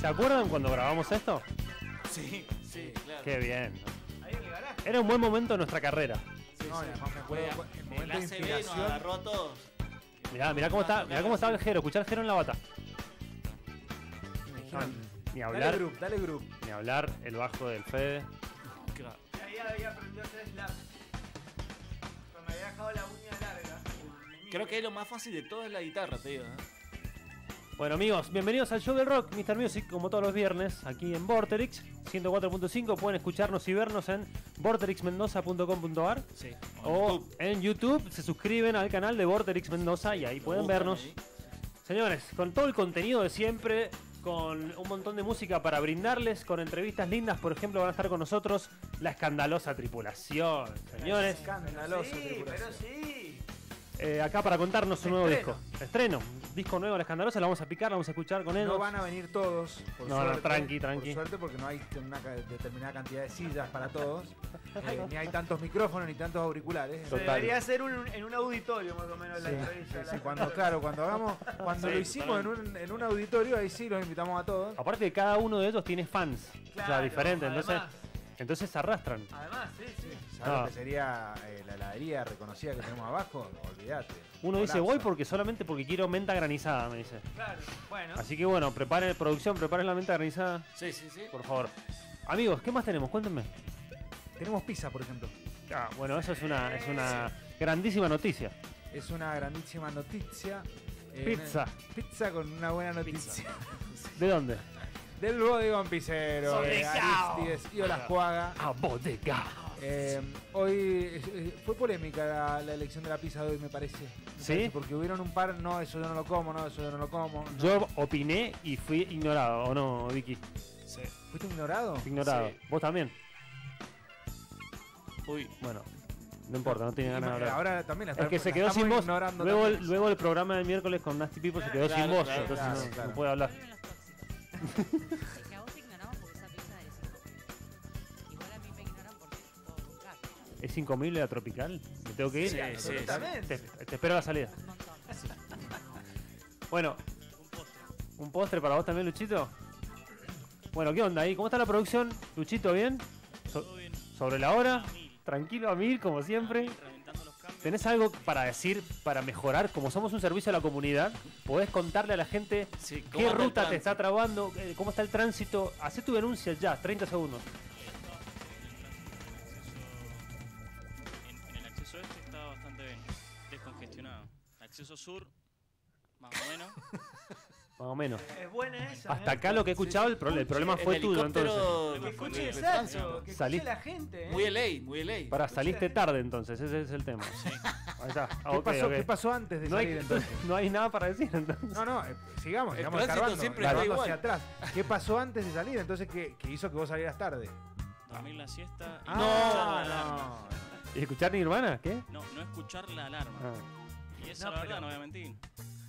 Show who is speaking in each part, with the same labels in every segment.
Speaker 1: ¿Se acuerdan cuando grabamos esto?
Speaker 2: Sí, sí, claro.
Speaker 1: Qué bien.
Speaker 3: Ahí en el garaje.
Speaker 1: Era un buen momento de nuestra carrera.
Speaker 2: Sí,
Speaker 3: No,
Speaker 2: sí.
Speaker 3: y además me acuerdo
Speaker 2: Fue-
Speaker 3: cu- el
Speaker 2: el
Speaker 3: momento de
Speaker 2: ACB nos
Speaker 3: inspiración.
Speaker 2: agarró a todos.
Speaker 1: Mirá, mirá cómo está, mirá cómo estaba el Jero, escuchar Jero en la bata.
Speaker 3: Me
Speaker 1: No,
Speaker 3: dijeron,
Speaker 1: ni
Speaker 3: Dale
Speaker 1: hablar,
Speaker 3: group, dale group.
Speaker 1: ni hablar, el bajo del Fede.
Speaker 2: Claro.
Speaker 4: Ahí había aprendido a hacer slap. Cuando había dejado la uña larga.
Speaker 2: Creo que es lo más fácil de todo es la guitarra, te digo. ¿eh?
Speaker 1: Bueno amigos, bienvenidos al show del rock, Mr. Music, como todos los viernes, aquí en Vorterix 104.5. Pueden escucharnos y vernos en vorterixmendoza.com.ar
Speaker 2: Sí.
Speaker 1: o en YouTube. Se suscriben al canal de Vorterix Mendoza y ahí pueden vernos. Señores, con todo el contenido de siempre, con un montón de música para brindarles, con entrevistas lindas, por ejemplo, van a estar con nosotros la escandalosa tripulación, señores.
Speaker 3: Escandaloso.
Speaker 4: Sí, pero
Speaker 3: tripulación.
Speaker 4: sí.
Speaker 1: Eh, acá para contarnos un nuevo
Speaker 3: Estreno.
Speaker 1: disco. Estreno, un disco nuevo, la escandalosa, la vamos a picar, la vamos a escuchar con él.
Speaker 3: No van a venir todos. Por
Speaker 1: No, no,
Speaker 3: suerte,
Speaker 1: tranqui, tranqui.
Speaker 3: Por suerte, porque no hay una ca- determinada cantidad de sillas para todos. Eh, ni hay tantos micrófonos ni tantos auriculares.
Speaker 1: Total.
Speaker 4: Se debería hacer un- en un auditorio más o menos la
Speaker 3: Sí,
Speaker 4: entrevista.
Speaker 3: sí,
Speaker 4: la-
Speaker 3: sí, cuando, claro, cuando hagamos, cuando
Speaker 2: Sí,
Speaker 3: lo hicimos en un, en un auditorio, ahí sí los invitamos a todos.
Speaker 1: Aparte que cada uno de ellos tiene fans, o sea,
Speaker 4: Claro,
Speaker 1: diferente, entonces,
Speaker 4: además.
Speaker 1: entonces se arrastran.
Speaker 4: Además, sí, sí.
Speaker 3: ¿Sabes
Speaker 1: No.
Speaker 3: lo que sería eh, la heladería reconocida que tenemos abajo? Olvídate.
Speaker 1: Uno dice,
Speaker 3: Colapsa.
Speaker 1: voy porque solamente porque quiero menta granizada, me dice.
Speaker 4: Claro. Bueno.
Speaker 1: Así que bueno, preparen, producción, preparen la menta granizada,
Speaker 2: Sí, sí, sí.
Speaker 1: por favor. Amigos, ¿qué más tenemos? Cuéntenme.
Speaker 3: Tenemos pizza, por ejemplo.
Speaker 1: Ah, bueno, eso es una, es una grandísima noticia.
Speaker 3: Es una grandísima noticia. Eh,
Speaker 1: Pizza.
Speaker 3: una- pizza con una buena noticia.
Speaker 1: ¿De dónde?
Speaker 3: Del bodegón pizzero. de
Speaker 4: Sobresao.
Speaker 3: Aristides y Olascuaga.
Speaker 1: A bodega.
Speaker 3: Eh, hoy eh, fue polémica la, la elección de la pizza de hoy, me parece. Me
Speaker 1: ¿Sí?
Speaker 3: parece, Porque hubieron un par, no, eso yo no lo como, no, eso yo no lo como. No.
Speaker 1: Yo opiné y fui ignorado, ¿o no, Vicky?
Speaker 2: Sí.
Speaker 3: ¿Fuiste ignorado?
Speaker 1: Fui ignorado.
Speaker 2: Sí.
Speaker 1: ¿Vos también?
Speaker 2: Uy.
Speaker 1: Bueno, no importa, no tenía ganas de
Speaker 3: Imagina,
Speaker 1: hablar.
Speaker 3: Ahora también la
Speaker 1: Es que
Speaker 3: estamos-
Speaker 1: se
Speaker 3: la
Speaker 1: quedó sin
Speaker 3: estamos
Speaker 1: voz.
Speaker 3: ignorando
Speaker 1: Luego el,
Speaker 3: también.
Speaker 1: luego el programa del miércoles con Nasty People se quedó
Speaker 2: Claro,
Speaker 1: sin voz,
Speaker 2: claro,
Speaker 1: entonces
Speaker 3: claro,
Speaker 1: no,
Speaker 3: claro.
Speaker 1: no puede hablar.
Speaker 5: Vuelven los tóxicos. Es que a vos te ignoramos porque esa pizza es incompleta. Igual a mí me ignoran porque es todo con carne.
Speaker 1: ¿Es incomible la tropical? ¿Me tengo que ir?
Speaker 2: Sí, sí, sí.
Speaker 1: Te,
Speaker 4: Absolutamente.
Speaker 1: te espero a la salida.
Speaker 5: Un montón.
Speaker 1: Bueno, un postre para vos también, Luchito. Bueno, ¿qué onda ahí? ¿Cómo está la producción? Luchito, ¿bien? So- ¿Sobre la hora? Tranquilo, a mil, como siempre. ¿Tenés algo para decir, para mejorar? Como somos un servicio a la comunidad, podés contarle a la gente
Speaker 2: Sí, ¿cómo
Speaker 1: qué
Speaker 2: anda el
Speaker 1: ruta te
Speaker 2: tránsito?
Speaker 1: está trabando, eh, cómo está el tránsito. Hacé tu denuncia ya, 30 segundos.
Speaker 6: En, en el acceso este está bastante bien, descongestionado. Acceso sur, más o menos.
Speaker 1: Más o menos.
Speaker 4: Es buena esa.
Speaker 1: Hasta
Speaker 4: eh.
Speaker 1: acá lo que he escuchado, el, pro- el problema fue tuyo entonces.
Speaker 4: Que escuche
Speaker 2: entonces.
Speaker 4: exacto. Que
Speaker 1: Salí-
Speaker 4: escuche la gente. eh.
Speaker 2: Muy LA, muy LA.
Speaker 1: Pará, saliste tarde entonces, ese es el tema. Ahí está. Ah,
Speaker 3: ¿Qué,
Speaker 1: ok,
Speaker 3: pasó,
Speaker 1: ok.
Speaker 3: qué pasó antes de
Speaker 1: No hay,
Speaker 3: salir entonces?
Speaker 1: no hay nada para decir entonces.
Speaker 3: No, no, eh, sigamos,
Speaker 2: El
Speaker 3: sigamos
Speaker 2: tránsito
Speaker 3: escarbando,
Speaker 2: siempre
Speaker 3: escarbando
Speaker 2: está
Speaker 3: hacia atrás. ¿Qué pasó antes de salir entonces que, que hizo que vos salieras tarde?
Speaker 6: Dormir la siesta y
Speaker 3: Ah,
Speaker 1: ¿Y escuchar Nirvana? ¿Qué?
Speaker 6: no. No, no escuchar la alarma.
Speaker 1: Ah,
Speaker 6: Y eso
Speaker 4: No,
Speaker 6: la
Speaker 4: pero-
Speaker 6: verdad, no voy a mentir.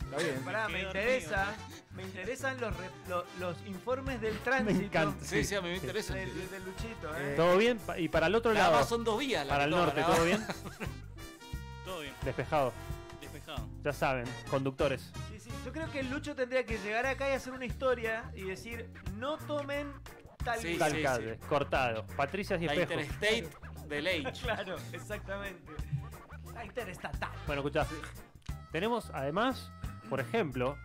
Speaker 3: Está bien.
Speaker 4: Pará, me
Speaker 6: Qué
Speaker 4: interesa. Me interesan los, re- lo- los informes del tránsito.
Speaker 1: encanta.
Speaker 2: Sí, sí, a mí me interesa.
Speaker 4: Del, del- del Luchito, eh.
Speaker 1: ¿Todo bien? Pa- Y para el otro
Speaker 2: Nada más
Speaker 1: lado,
Speaker 2: son dos vías. la
Speaker 1: para
Speaker 2: que
Speaker 1: el
Speaker 2: toma,
Speaker 1: norte,
Speaker 2: nada más.
Speaker 1: ¿todo bien?
Speaker 6: Todo bien,
Speaker 1: Despejado,
Speaker 6: despejado.
Speaker 1: ya saben, conductores.
Speaker 4: Sí, sí. Yo creo que el Lucho tendría que llegar acá y hacer una historia y decir, no tomen tal
Speaker 2: Sí,
Speaker 1: Tal
Speaker 2: sí.
Speaker 1: calle, cortado. Patricias y
Speaker 2: La
Speaker 1: espejos.
Speaker 2: Interstate de LA.
Speaker 4: Claro, exactamente. La interestatal.
Speaker 1: Bueno, escuchá. Tenemos además, por ejemplo,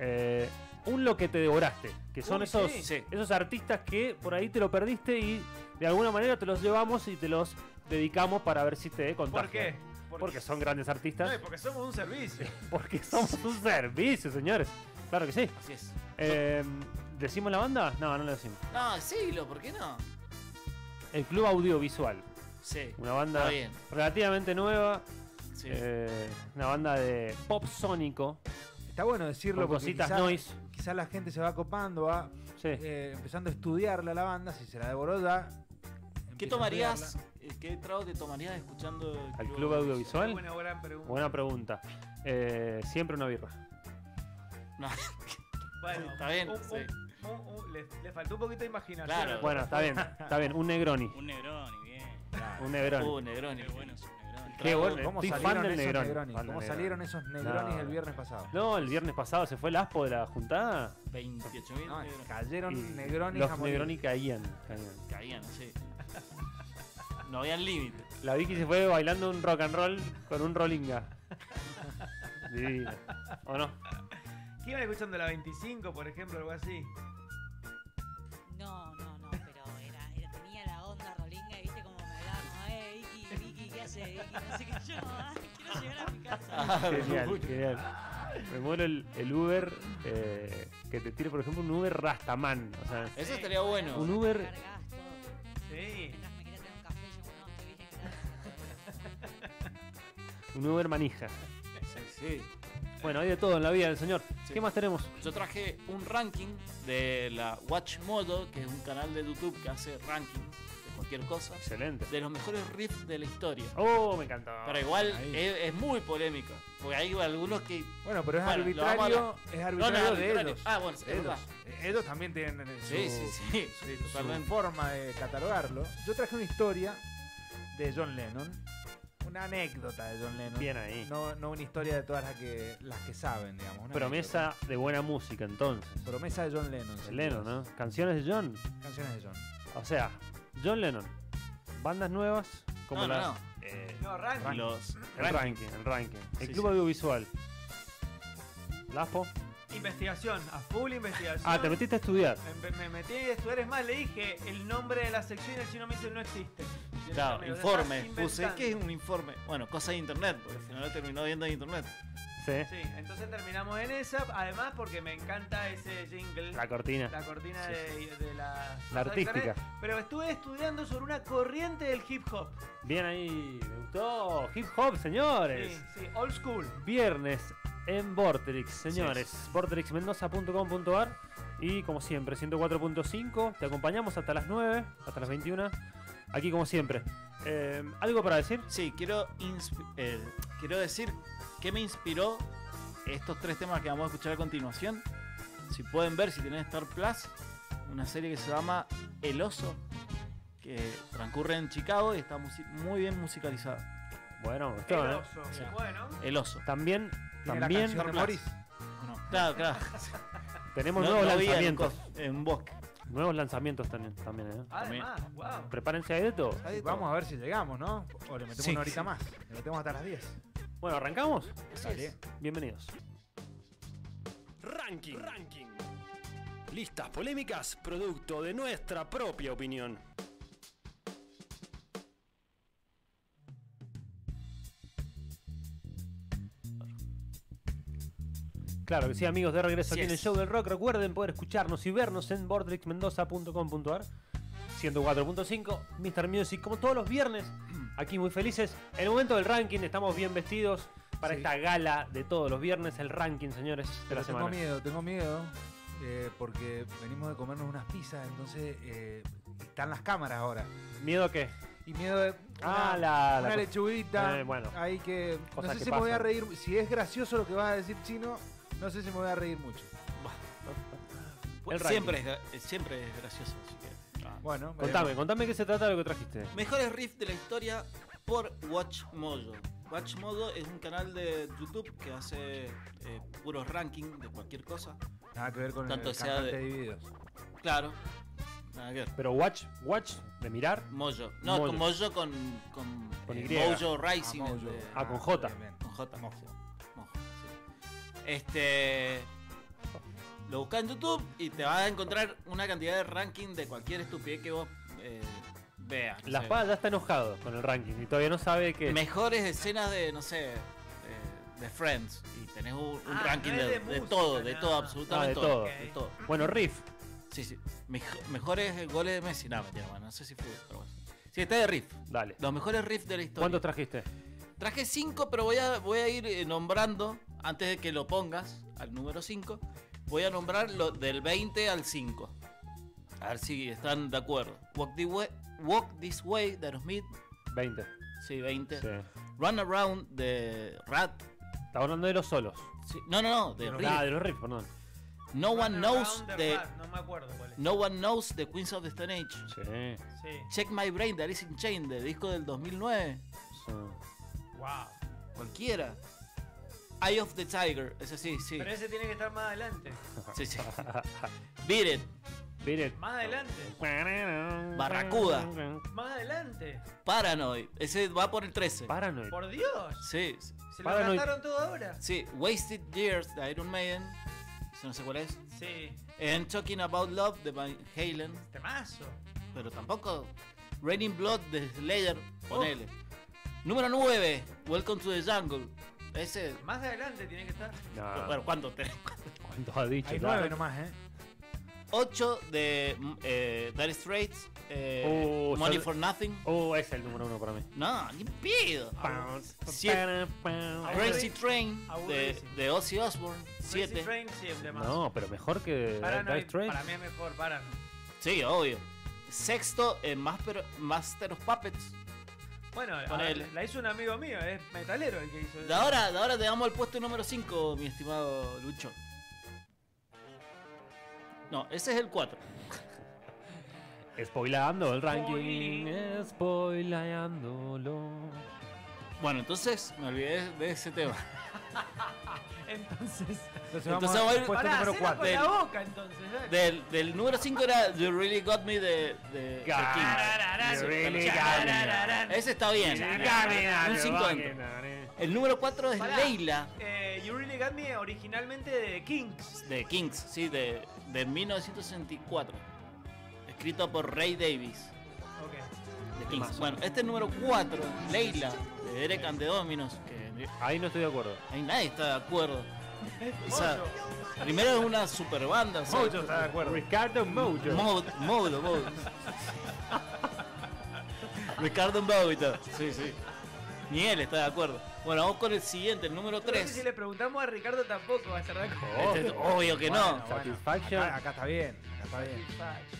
Speaker 1: eh, un lo que te devoraste, que son
Speaker 2: Uy,
Speaker 1: esos,
Speaker 2: sí. Sí.
Speaker 1: esos artistas que por ahí te lo perdiste y de alguna manera te los llevamos y te los dedicamos para ver si te contagian.
Speaker 4: ¿Por qué?
Speaker 1: Porque son grandes
Speaker 4: No, y
Speaker 1: artistas.
Speaker 4: porque somos un servicio.
Speaker 1: Porque somos un servicio, señores. Claro que sí.
Speaker 2: Así es.
Speaker 1: Eh, ¿Decimos la banda? No, no la decimos.
Speaker 2: No, decilo, ¿por qué no?
Speaker 1: El Club Audiovisual.
Speaker 2: Sí.
Speaker 1: Una banda
Speaker 2: Está bien.
Speaker 1: relativamente nueva.
Speaker 2: sí.
Speaker 1: eh, una banda de pop sónico.
Speaker 3: Está bueno decirlo
Speaker 1: Con
Speaker 3: porque
Speaker 1: cositas
Speaker 3: quizá-
Speaker 1: noise.
Speaker 3: quizá la gente se va copando, va
Speaker 1: Sí.
Speaker 3: eh, empezando a estudiarla la banda, si se la devoró ya.
Speaker 2: ¿Qué
Speaker 3: empieza a
Speaker 2: tomarías?
Speaker 3: estudiarla.
Speaker 2: eh, ¿Qué trago te tomarías escuchando el
Speaker 1: Al Club Audiovisual.
Speaker 4: Buena, buena pregunta.
Speaker 1: Buena pregunta. Eh, siempre una birra.
Speaker 2: No,
Speaker 4: Bueno,
Speaker 2: Está bien,
Speaker 4: un- un-
Speaker 2: sí.
Speaker 4: un- un- le, le faltó un poquito de imaginación.
Speaker 2: Claro.
Speaker 1: Bueno, está bien, está bien. Un Negroni.
Speaker 6: Un Negroni, bien.
Speaker 1: Un Negroni.
Speaker 2: uh, Negroni.
Speaker 6: Qué bueno es un Negroni.
Speaker 1: Qué
Speaker 2: trago.
Speaker 1: bueno,
Speaker 3: ¿Cómo
Speaker 1: Estoy fan
Speaker 3: salieron
Speaker 1: del
Speaker 3: esos
Speaker 1: Negroni,
Speaker 3: Negronis?
Speaker 1: fan del
Speaker 3: ¿Cómo
Speaker 1: Negroni.
Speaker 3: salieron esos Negronis
Speaker 1: No.
Speaker 3: el viernes pasado?
Speaker 1: No, el viernes pasado se fue el aspo de la juntada.
Speaker 2: 28.000
Speaker 3: No,
Speaker 2: negros.
Speaker 3: cayeron
Speaker 1: y
Speaker 3: Negronis a
Speaker 1: Los
Speaker 3: morir.
Speaker 1: Negroni caían, caían.
Speaker 2: Caían, sí. No había límite.
Speaker 1: La Vicky se fue bailando un rock and roll con un rollinga. Divino. ¿O no?
Speaker 4: ¿Qué iban escuchando la 25, por ejemplo, algo así?
Speaker 5: No, no, no, pero era, era- tenía la onda rolinga, viste como me hablaba, como, eh, Vicky, Vicky, ¿qué haces? Vicky, no sé qué yo, ah, quiero llegar a mi casa.
Speaker 1: Genial, genial. Me muero el, el Uber eh, que te tire, por ejemplo, un Uber Rastaman. O sea,
Speaker 2: Eso estaría bueno.
Speaker 1: Un Uber-
Speaker 5: Cargas todo.
Speaker 4: Sí.
Speaker 5: Mientras me quería tener un café, yo, bueno, estoy bien, gracias.
Speaker 1: un Uber manija.
Speaker 2: Sí, sí.
Speaker 1: Bueno, hay de todo en la vida del señor.
Speaker 2: Sí.
Speaker 1: ¿Qué más tenemos?
Speaker 2: Yo traje un ranking de la Watch Modo, que es un canal de YouTube que hace rankings de cualquier cosa,
Speaker 1: Excelente.
Speaker 2: de los mejores riffs de la historia.
Speaker 1: Oh, me encantó.
Speaker 2: Pero igual
Speaker 3: ahí.
Speaker 2: es, es muy polémico, porque hay algunos que...
Speaker 3: Bueno, pero es
Speaker 2: Bueno, lo vamos a
Speaker 3: arbitrario, es
Speaker 2: No, no,
Speaker 3: arbitrario de
Speaker 2: arbitrario.
Speaker 3: ellos.
Speaker 2: Ah, bueno, es
Speaker 3: de ellos.
Speaker 2: verdad.
Speaker 3: Eh, Ellos también tienen eh, su,
Speaker 2: Sí, sí, sí, sí,
Speaker 3: su
Speaker 2: totalmente.
Speaker 3: forma de catalogarlo. Yo traje una historia de John Lennon, una anécdota de John Lennon.
Speaker 1: Bien ahí.
Speaker 3: No, no una historia de todas las que, las que saben, digamos. una
Speaker 1: Promesa de buena música, entonces.
Speaker 3: anécdota. Promesa de John Lennon. sin
Speaker 1: Lennon,
Speaker 3: dudas.
Speaker 1: ¿no? Canciones de John.
Speaker 3: Canciones de John.
Speaker 1: O sea, John Lennon. Bandas nuevas, como
Speaker 2: No, no,
Speaker 1: la.
Speaker 2: no.
Speaker 1: Eh,
Speaker 4: No, ranking.
Speaker 2: Los
Speaker 1: el ranking, el ranking. El
Speaker 2: Sí,
Speaker 1: club
Speaker 2: sí.
Speaker 1: audiovisual. Lapo.
Speaker 4: Investigación, a full investigación.
Speaker 1: Ah, te metiste a estudiar.
Speaker 4: Me, me metí a estudiar, es más, le dije el nombre de la sección y el chino me dice no existe. Y el
Speaker 2: Claro,
Speaker 4: chino me lo está
Speaker 2: informe. Puse,
Speaker 4: inventando.
Speaker 2: ¿qué es un informe? Bueno, cosa de internet, porque al final lo terminó viendo en internet.
Speaker 1: Sí.
Speaker 4: Sí, entonces terminamos en esa, además porque me encanta ese jingle,
Speaker 1: La
Speaker 4: la,
Speaker 1: cortina.
Speaker 4: cortina
Speaker 2: Sí,
Speaker 4: de, de la...
Speaker 1: La
Speaker 4: cosa de internet,
Speaker 1: artística.
Speaker 4: Pero estuve estudiando sobre una corriente del hip hop.
Speaker 1: Bien ahí. Me gustó. Hip hop,
Speaker 4: Sí,
Speaker 1: señores.
Speaker 4: sí, old school.
Speaker 1: Viernes en Vortrix, señores. Vortrixmendoza.com.ar. Y como siempre, 104.5. Te acompañamos hasta las 9, hasta las 21. Aquí como siempre. Eh, ¿Algo para decir?
Speaker 2: Sí, quiero, inspi- eh, quiero decir que me inspiró estos tres temas que vamos a escuchar a continuación. Si pueden ver, si tienen Star Plus, una serie que se llama El Oso, que transcurre en Chicago y está musi- muy bien musicalizada.
Speaker 1: Bueno, me gustó, ¿eh?
Speaker 4: Peligroso.
Speaker 2: Sí.
Speaker 4: Bueno,
Speaker 2: El Oso.
Speaker 1: También,
Speaker 3: Tiene la
Speaker 1: también
Speaker 3: canción de
Speaker 2: Star
Speaker 3: Morris.
Speaker 2: ¿o no? Claro, claro.
Speaker 1: tenemos
Speaker 2: No-
Speaker 1: nuevos
Speaker 2: no vi en
Speaker 1: lanzamientos.
Speaker 2: cos- En, bosque.
Speaker 1: Nuevos lanzamientos también, también ¿eh?
Speaker 4: además, wow.
Speaker 1: Prepárense ahí de todo.
Speaker 3: Y Vamos a ver si llegamos, ¿no? O le metemos
Speaker 2: Sí,
Speaker 3: una horita
Speaker 2: sí.
Speaker 3: más. Le metemos hasta las 10.
Speaker 1: Bueno, ¿arrancamos?
Speaker 3: Dale.
Speaker 1: Bienvenidos.
Speaker 7: Ranking. Ranking. Listas polémicas, producto de nuestra propia opinión.
Speaker 1: Claro que sí, amigos de regreso
Speaker 2: Así
Speaker 1: aquí en el
Speaker 2: es.
Speaker 1: Show del Rock. Recuerden poder escucharnos y vernos en bordrixmendoza.com.ar 104.5, Mr. Music, como todos los viernes, aquí muy felices. En el momento del ranking estamos bien vestidos para
Speaker 3: Sí.
Speaker 1: esta gala de todos los viernes, el ranking, señores, de
Speaker 3: Pero
Speaker 1: la
Speaker 3: tengo
Speaker 1: semana.
Speaker 3: miedo, tengo miedo. eh, porque venimos de comernos unas pizzas, entonces eh, están las cámaras ahora.
Speaker 1: ¿Miedo a qué?
Speaker 3: Y miedo de.
Speaker 1: Ah, la,
Speaker 3: una-
Speaker 1: la
Speaker 3: Una
Speaker 1: cosa-
Speaker 3: lechuguita.
Speaker 1: Eh, bueno.
Speaker 3: Hay que. No
Speaker 1: Cosas
Speaker 3: sé
Speaker 1: que
Speaker 3: si me voy a
Speaker 1: pasan.
Speaker 3: reír. Si es gracioso lo que vas a decir chino, no sé si me voy a reír mucho.
Speaker 1: El
Speaker 2: siempre, es, gra- eh, siempre es gracioso. así que, ah.
Speaker 3: Bueno,
Speaker 1: Contame, contame qué se trata de lo que trajiste.
Speaker 2: Mejores riffs de la historia por WatchMojo. WatchMojo es un canal de YouTube que hace eh, puros rankings de cualquier cosa.
Speaker 3: veremos. Nada que ver con
Speaker 2: Tanto
Speaker 3: el
Speaker 2: sea
Speaker 3: cantante
Speaker 2: de-
Speaker 3: de videos.
Speaker 2: Claro. Nada que ver.
Speaker 1: Pero Watch, Watch, de mirar.
Speaker 2: Mojo. No,
Speaker 1: Mojo.
Speaker 2: con Mojo con. Con,
Speaker 1: Con
Speaker 2: eh,
Speaker 1: Y.
Speaker 2: Mojo Rising.
Speaker 3: Ah,
Speaker 2: el
Speaker 3: Mojo.
Speaker 2: de-
Speaker 1: Ah, con J.
Speaker 3: bien, bien.
Speaker 2: con J.
Speaker 3: Mojo.
Speaker 2: sí. Mojo, sí. Este. Lo buscas en YouTube y te vas a encontrar una cantidad de ranking de cualquier estupidez que vos eh, veas. no
Speaker 1: La
Speaker 2: sé.
Speaker 1: espada ya está enojado con el ranking y todavía no sabe qué. es.
Speaker 2: mejores escenas de, no sé, eh, de, de Friends. Y tenés un, un
Speaker 4: Ah,
Speaker 2: ranking
Speaker 4: no es
Speaker 2: de,
Speaker 4: de
Speaker 2: de
Speaker 4: música,
Speaker 2: todo, de
Speaker 4: nada.
Speaker 2: todo,
Speaker 1: Ah, de
Speaker 2: absolutamente
Speaker 1: todo.
Speaker 2: todo.
Speaker 4: Ok.
Speaker 2: de todo.
Speaker 1: Bueno, Riff.
Speaker 2: Sí, sí. Mejo- mejores eh, goles de Messi. No, mentira, bueno, no sé si fue, pero bueno. Sí, está de riff.
Speaker 1: Dale.
Speaker 2: Los mejores riffs de la historia.
Speaker 1: ¿Cuántos trajiste?
Speaker 2: Traje 5, pero voy a, voy a ir eh, nombrando, antes de que lo pongas, al número 5, voy a nombrar lo, del 20 al 5. A ver si están de acuerdo. Walk, the way, Walk This Way de Aerosmith.
Speaker 1: 20.
Speaker 2: Sí, 20.
Speaker 1: Sí.
Speaker 2: Run Around de Rat.
Speaker 1: Está hablando de los solos.
Speaker 2: Sí, No, no, no, de
Speaker 1: Ah,
Speaker 2: Riff.
Speaker 1: de los riffs, perdón.
Speaker 2: No One Knows
Speaker 4: Round the
Speaker 2: de
Speaker 4: Rat, No me acuerdo cuál es.
Speaker 2: No One Knows de Queens of the Stone Age.
Speaker 1: Sí.
Speaker 4: Sí.
Speaker 2: Check My Brain de Alice in Chain, de disco del 2009.
Speaker 1: sí.
Speaker 4: Wow.
Speaker 2: Cualquiera. Eye of the Tiger, ese sí, sí.
Speaker 4: Pero ese tiene que estar más adelante.
Speaker 2: sí, sí. Beat It,
Speaker 1: Miren.
Speaker 4: Más adelante.
Speaker 2: Barracuda.
Speaker 4: Más adelante.
Speaker 2: Paranoid, ese va por el 13.
Speaker 1: Paranoid.
Speaker 4: Por Dios.
Speaker 2: Sí,
Speaker 4: Se lo
Speaker 1: Paranoid.
Speaker 4: cantaron todo ahora.
Speaker 2: sí. Wasted Years de Iron Maiden, eso no sé cuál es.
Speaker 4: Sí.
Speaker 2: And Talking About Love de Van Halen,
Speaker 4: Temazo.
Speaker 2: pero tampoco. Raining Blood de Slayer, ponele. Número 9, Welcome to the Jungle. Ese.
Speaker 4: Más adelante tiene que estar.
Speaker 1: No,
Speaker 2: Bueno, ¿cuánto te?
Speaker 1: ¿Cuántos ha dicho?
Speaker 3: Hay
Speaker 1: No.
Speaker 3: nueve nomás, ¿eh?
Speaker 2: 8 de mm, eh, Dire Straits, eh,
Speaker 1: Oh,
Speaker 2: Money
Speaker 1: sal-
Speaker 2: for Nothing.
Speaker 1: Oh, ese es el número uno para mí.
Speaker 2: No, ni pido. Siete.
Speaker 1: Siete.
Speaker 2: Crazy Train de,
Speaker 4: Aburridísimo.
Speaker 2: de Ozzy Osbourne,
Speaker 4: Crazy
Speaker 2: 7.
Speaker 4: Train sí, el temazo.
Speaker 1: No, pero mejor que Dire
Speaker 4: Paranoid,
Speaker 1: Straits.
Speaker 4: para mí es mejor, Paranoid.
Speaker 2: Sí, obvio. Sexto, eh, Master, Master of Puppets.
Speaker 4: Bueno, a-
Speaker 2: Ponele.
Speaker 4: la hizo un amigo mío, es metalero el que hizo.
Speaker 2: De ahora, de ahora te damos el puesto número 5, mi estimado Lucho. No, ese es el 4.
Speaker 1: Spoilando el ranking.
Speaker 4: Spoiling.
Speaker 1: Spoileándolo.
Speaker 2: Bueno, entonces me olvidé de ese tema.
Speaker 4: Entonces.
Speaker 3: Entonces
Speaker 2: Entonces
Speaker 3: vamos
Speaker 2: voy-
Speaker 3: al puesto
Speaker 4: Pará,
Speaker 3: número
Speaker 4: hacela
Speaker 3: 4.
Speaker 4: con la
Speaker 2: Del-
Speaker 4: boca entonces. eh. dale.
Speaker 2: Del, del número 5 era You Really Got Me de, de, de King.
Speaker 1: You really got me.
Speaker 2: Ese está bien. Un 5 dentro. El número 4 es
Speaker 4: Pará.
Speaker 2: Leila
Speaker 4: Eh, you Really Got Me originalmente de Kings.
Speaker 2: de Kings, sí, de, de 1964. Escrito por Ray Davis.
Speaker 4: Ok.
Speaker 2: de Kings. Bueno, este es el número 4, Leila, de Derek and the Dominos, que
Speaker 1: Ahí no estoy de acuerdo.
Speaker 2: ahí nadie está de acuerdo. O sea, primero es una super banda, o sea,
Speaker 1: Mojo está de acuerdo. Ricardo Mojo.
Speaker 2: Modo, modo, modo. Ricardo Bobito, sí, sí. Ni él está de acuerdo. Bueno, vamos con el siguiente, el número
Speaker 4: Creo que si
Speaker 2: 3.
Speaker 4: le preguntamos a Ricardo tampoco va a estar de acuerdo.
Speaker 2: Oh.
Speaker 1: Oh.
Speaker 2: este obvio que no.
Speaker 1: Satisfaction.
Speaker 3: Acá, acá está bien, acá está bien.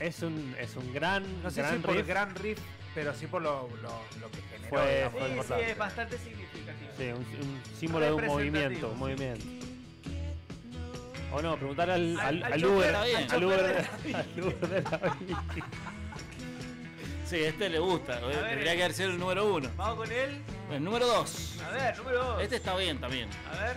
Speaker 1: Es un, es un gran,
Speaker 3: No sé
Speaker 1: gran
Speaker 3: si por el
Speaker 1: riff.
Speaker 3: gran riff, pero sí por lo, lo, lo que generó.
Speaker 1: Fue-
Speaker 3: digamos.
Speaker 1: fue
Speaker 4: Sí, sí,
Speaker 1: importante.
Speaker 4: es bastante significativo.
Speaker 1: Sí, un, un símbolo de un movimiento, un movimiento. O no, preguntar al, al,
Speaker 4: Al- al
Speaker 1: al Uber,
Speaker 4: chofer,
Speaker 2: está bien.
Speaker 1: al Uber, de-
Speaker 4: chofer de la
Speaker 1: al Uber de la bici.
Speaker 2: Sí, este le gusta.
Speaker 4: ver,
Speaker 2: Tendría
Speaker 4: eh.
Speaker 2: que haber sido el número 1.
Speaker 4: Vamos con él.
Speaker 2: El número 2.
Speaker 4: A ver, número 2.
Speaker 2: Este está bien también.
Speaker 4: A ver.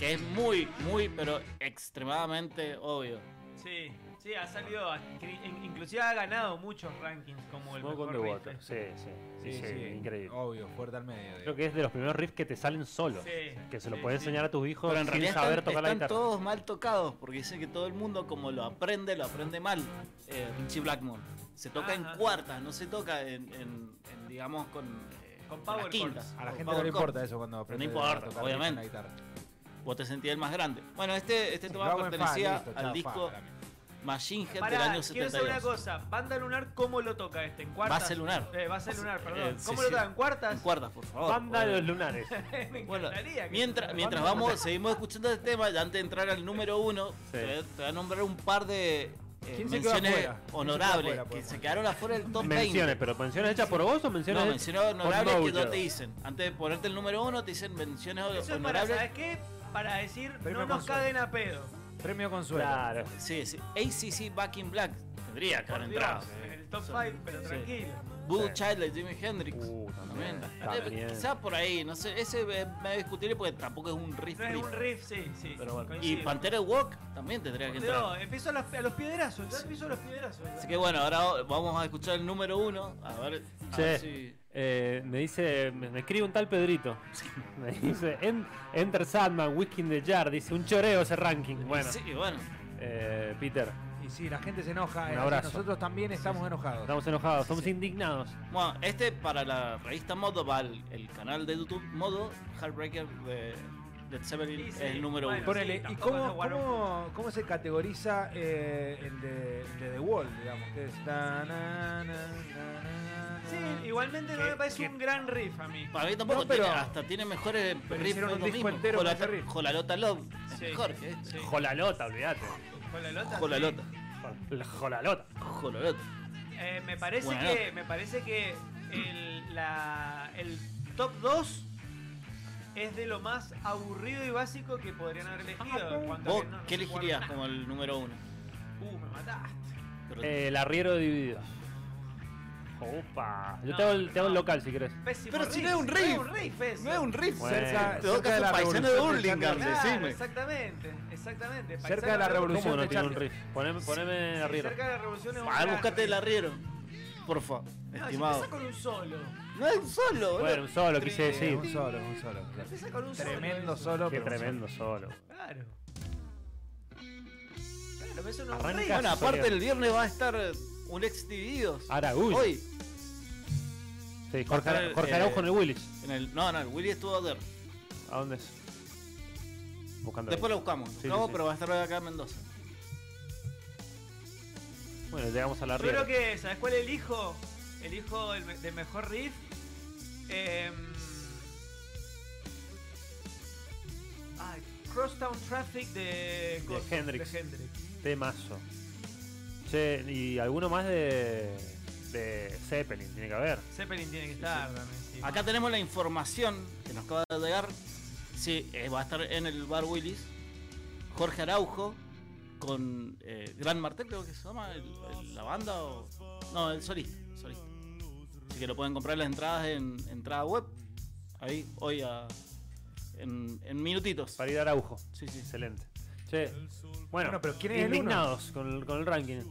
Speaker 2: Que es muy, muy, pero extremadamente obvio.
Speaker 4: Sí, sí, ha salido. a- cri- in- Inclusive ha ganado muchos rankings como el
Speaker 1: Smoke on
Speaker 4: mejor
Speaker 1: the
Speaker 4: riff.
Speaker 1: Water. Sí, sí, sí, sí, increíble.
Speaker 3: Obvio, fuerte al medio.
Speaker 1: Creo que es de los primeros riffs que te salen solos.
Speaker 4: Sí,
Speaker 1: que se lo
Speaker 4: sí,
Speaker 1: puedes
Speaker 4: sí.
Speaker 1: enseñar a tus hijos
Speaker 2: Pero en
Speaker 1: sin
Speaker 2: realidad
Speaker 1: saber
Speaker 2: están,
Speaker 1: tocar la
Speaker 2: están
Speaker 1: guitarra.
Speaker 2: todos mal tocados, porque dicen que todo el mundo como lo aprende, lo aprende mal. Eh, Richie Blackmore. Se toca en
Speaker 4: Ajá.
Speaker 2: cuartas, no se toca en, en- en, digamos, con, eh,
Speaker 4: Con
Speaker 2: las
Speaker 4: power
Speaker 2: quintas.
Speaker 4: chords.
Speaker 3: A
Speaker 2: Con
Speaker 3: la gente no
Speaker 2: power
Speaker 3: le importa
Speaker 2: chords.
Speaker 3: eso cuando aprende
Speaker 2: importa,
Speaker 3: a tocar bien
Speaker 2: obviamente.
Speaker 3: la guitarra.
Speaker 2: Vos te sentías el más grande. Bueno, este, este tema
Speaker 3: Lo hago en fa,
Speaker 2: pertenecía
Speaker 3: listo,
Speaker 2: al
Speaker 3: chao, fa,
Speaker 2: disco
Speaker 3: para mí.
Speaker 2: Machine Head del
Speaker 4: Pará,
Speaker 2: año
Speaker 4: quiero saber una
Speaker 2: 72.
Speaker 4: cosa. Banda Lunar, ¿cómo lo toca este? ¿En cuartas?
Speaker 2: Base Lunar.
Speaker 4: Eh, Base Lunar, perdón.
Speaker 2: Eh, sí,
Speaker 4: ¿Cómo
Speaker 2: sí.
Speaker 4: lo toca? ¿En cuartas?
Speaker 2: En cuartas, por favor.
Speaker 1: Banda de
Speaker 2: Bueno.
Speaker 1: los lunares.
Speaker 4: Me
Speaker 2: Bueno,
Speaker 4: encantaría que-
Speaker 2: mientras, mientras vamos, seguimos escuchando este tema, ya antes de entrar al número uno, te, voy a- te voy a nombrar un par de eh,
Speaker 3: ¿Quién se quedó
Speaker 2: menciones
Speaker 3: afuera? ¿Quién se quedó
Speaker 2: honorables
Speaker 3: afuera,
Speaker 2: que
Speaker 3: podemos
Speaker 2: se
Speaker 3: decir?
Speaker 2: quedaron afuera del top 20.
Speaker 1: menciones, pero menciones hechas por vos o menciones
Speaker 2: No,
Speaker 1: hechas
Speaker 2: menciones
Speaker 1: por
Speaker 2: honorables que no
Speaker 1: Mojo?
Speaker 2: te dicen. Antes de ponerte el número uno, te dicen menciones
Speaker 4: Eso es para,
Speaker 2: honorables.
Speaker 4: ¿sabes qué? Para decir,
Speaker 3: Pero
Speaker 4: no
Speaker 3: me
Speaker 4: nos
Speaker 3: consuela.
Speaker 4: caguen a pedo.
Speaker 3: Premio Consuelo.
Speaker 1: Claro.
Speaker 2: Sí, sí. ACC Back in Black. Tendría que
Speaker 4: Por
Speaker 2: haber
Speaker 4: Dios,
Speaker 2: entrado.
Speaker 4: en el top
Speaker 2: Sí.
Speaker 4: 5, pero
Speaker 2: eh. Sí.
Speaker 4: tranquilo.
Speaker 2: Voodoo
Speaker 1: Sí.
Speaker 2: Child de Jimi Hendrix.
Speaker 1: Uh, también.
Speaker 2: También.
Speaker 1: también.
Speaker 2: Quizás por ahí, no sé. Ese es medio discutible porque tampoco es un riff.
Speaker 4: No es
Speaker 2: riff.
Speaker 4: un riff, sí, sí.
Speaker 2: Pero bueno. Y
Speaker 4: coincido.
Speaker 2: Pantera Walk también tendría que
Speaker 4: Por
Speaker 2: entrar.
Speaker 4: Dios, empiezo a los, a los piedrazos, ya empiezo a los piedrazos.
Speaker 2: Así que bueno, ahora vamos a escuchar el número uno. A ver, a
Speaker 1: Che,
Speaker 2: ver si.
Speaker 1: eh, me dice, me, me escribe un tal Pedrito. Me dice, "En- Enter Sandman, Whiskey in the Jar. Dice, un choreo ese ranking. Bueno,
Speaker 2: Sí, bueno.
Speaker 1: eh, Peter,
Speaker 3: Y sí, la gente se enoja.
Speaker 1: Un
Speaker 3: eh,
Speaker 1: abrazo.
Speaker 3: Nosotros también estamos enojados.
Speaker 1: estamos enojados, somos
Speaker 2: sí.
Speaker 1: indignados.
Speaker 2: Bueno, este para la revista Modo va al el canal de YouTube Modo, Heartbreaker de Led Zeppelin
Speaker 4: Sí, sí,
Speaker 2: es el número
Speaker 4: bueno.
Speaker 2: uno.
Speaker 3: Ponele,
Speaker 4: Sí,
Speaker 3: ¿y
Speaker 4: tampoco es
Speaker 3: cómo,
Speaker 4: lo guarón.
Speaker 3: cómo, cómo se categoriza eh, el, de, el de The Wall, digamos? Que es na, na, na, na, na,
Speaker 4: Sí,
Speaker 3: na.
Speaker 4: igualmente no
Speaker 3: Que-
Speaker 4: me parece
Speaker 3: que-
Speaker 4: un gran riff a mí.
Speaker 2: Para mí tampoco,
Speaker 3: No, pero-
Speaker 2: tiene, hasta tiene mejores
Speaker 3: pero
Speaker 2: riffs
Speaker 3: hicieron
Speaker 2: de
Speaker 3: un
Speaker 2: lo
Speaker 3: disco
Speaker 2: mismo.
Speaker 3: entero con
Speaker 2: Jolata-
Speaker 3: ese riff.
Speaker 2: Jolalota Love es
Speaker 4: Sí.
Speaker 2: mejor que este.
Speaker 4: Sí.
Speaker 1: Jolalota, olvídate.
Speaker 4: Con la lota.
Speaker 2: Jolalota,
Speaker 1: Jol- la Jolalota.
Speaker 2: Jolalota.
Speaker 4: sí. Eh, me parece
Speaker 2: Buena
Speaker 4: que, me parece que el, la- el top 2 es de lo más aburrido y básico que podrían haber elegido. en cuanto a
Speaker 2: ¿Vos
Speaker 4: que no- no
Speaker 2: qué
Speaker 4: se
Speaker 2: elegirías
Speaker 4: jugaron
Speaker 2: como el número uno?
Speaker 4: nada. Uh, me mataste.
Speaker 2: Pero-
Speaker 1: Eh, el arriero dividido. Opa. Yo
Speaker 4: No,
Speaker 1: te hago el,
Speaker 4: pero
Speaker 1: te hago el
Speaker 4: no.
Speaker 1: local si querés.
Speaker 4: Pésimo
Speaker 2: Pero si no es un
Speaker 4: No es
Speaker 2: riff.
Speaker 4: un riff eso.
Speaker 2: No es un riff.
Speaker 1: Bueno.
Speaker 3: cerca,
Speaker 2: Te toca
Speaker 3: cerca de
Speaker 2: un
Speaker 3: la
Speaker 2: paisano de
Speaker 3: revolución de
Speaker 2: Burlingame,
Speaker 3: Charlie.
Speaker 4: Claro,
Speaker 2: decime.
Speaker 4: exactamente, exactamente.
Speaker 3: Cerca de la
Speaker 4: Paisano-
Speaker 3: revolución.
Speaker 1: ¿Cómo no
Speaker 3: de
Speaker 1: tiene un
Speaker 3: Charlie.
Speaker 1: riff? Poneme, poneme
Speaker 4: Sí,
Speaker 1: arriba.
Speaker 4: cerca de la revolución es un
Speaker 2: Ah,
Speaker 4: gran
Speaker 2: buscate el
Speaker 4: riff.
Speaker 2: arriero. Porfa,
Speaker 4: No,
Speaker 2: estimado.
Speaker 4: Si empieza con un solo.
Speaker 2: No es un solo,
Speaker 1: Bueno,
Speaker 2: boludo.
Speaker 1: un solo quise decir.
Speaker 3: Un solo, un solo.
Speaker 4: Si Empieza con un
Speaker 3: Tremendo
Speaker 4: solo.
Speaker 3: solo.
Speaker 1: Qué
Speaker 3: pero un
Speaker 1: tremendo solo.
Speaker 4: eso. Claro. Claro, pero eso no es un
Speaker 1: Arranca
Speaker 4: riff.
Speaker 2: Bueno, aparte
Speaker 1: Soriano.
Speaker 2: el viernes va a estar eh, un ex divididos.
Speaker 1: Araúz.
Speaker 2: Hoy.
Speaker 1: Sí, Jorge,
Speaker 2: Va a estar,
Speaker 1: Ara- Jorge
Speaker 2: eh,
Speaker 1: Araujo en el Willis.
Speaker 2: En el, no, no, el Willy estuvo ayer.
Speaker 1: ¿A dónde es? Buscando.
Speaker 2: Después
Speaker 1: ahí.
Speaker 2: lo buscamos.
Speaker 1: Sí,
Speaker 2: no,
Speaker 1: sí, sí.
Speaker 2: pero va a estar hoy acá en Mendoza.
Speaker 1: Bueno, llegamos a la
Speaker 4: Yo creo
Speaker 1: red.
Speaker 4: que, ¿sabes cuál elijo? Elijo el me- de mejor riff. Em, ah, Crosstown Traffic de, Ghost,
Speaker 1: Hendrix.
Speaker 4: De Hendrix.
Speaker 1: Temazo. Che, y alguno más de. de Zeppelin, tiene que haber.
Speaker 4: Zeppelin tiene que estar también, sí.
Speaker 1: Ah.
Speaker 2: Acá tenemos la información que nos acaba de llegar. Sí, eh, va a estar en el bar Willis. Jorge Araujo con eh, Gran Martel, creo que se llama el- el- la banda. O... No, el solista, el solista. Así que lo pueden comprar las entradas en entrada web. Ahí, hoy a- en, en minutitos.
Speaker 1: Farid Araujo.
Speaker 2: Sí, sí.
Speaker 1: Excelente. Che, bueno,
Speaker 3: Bueno, pero ¿quién es el uno?
Speaker 1: indignados con, el, con el ranking.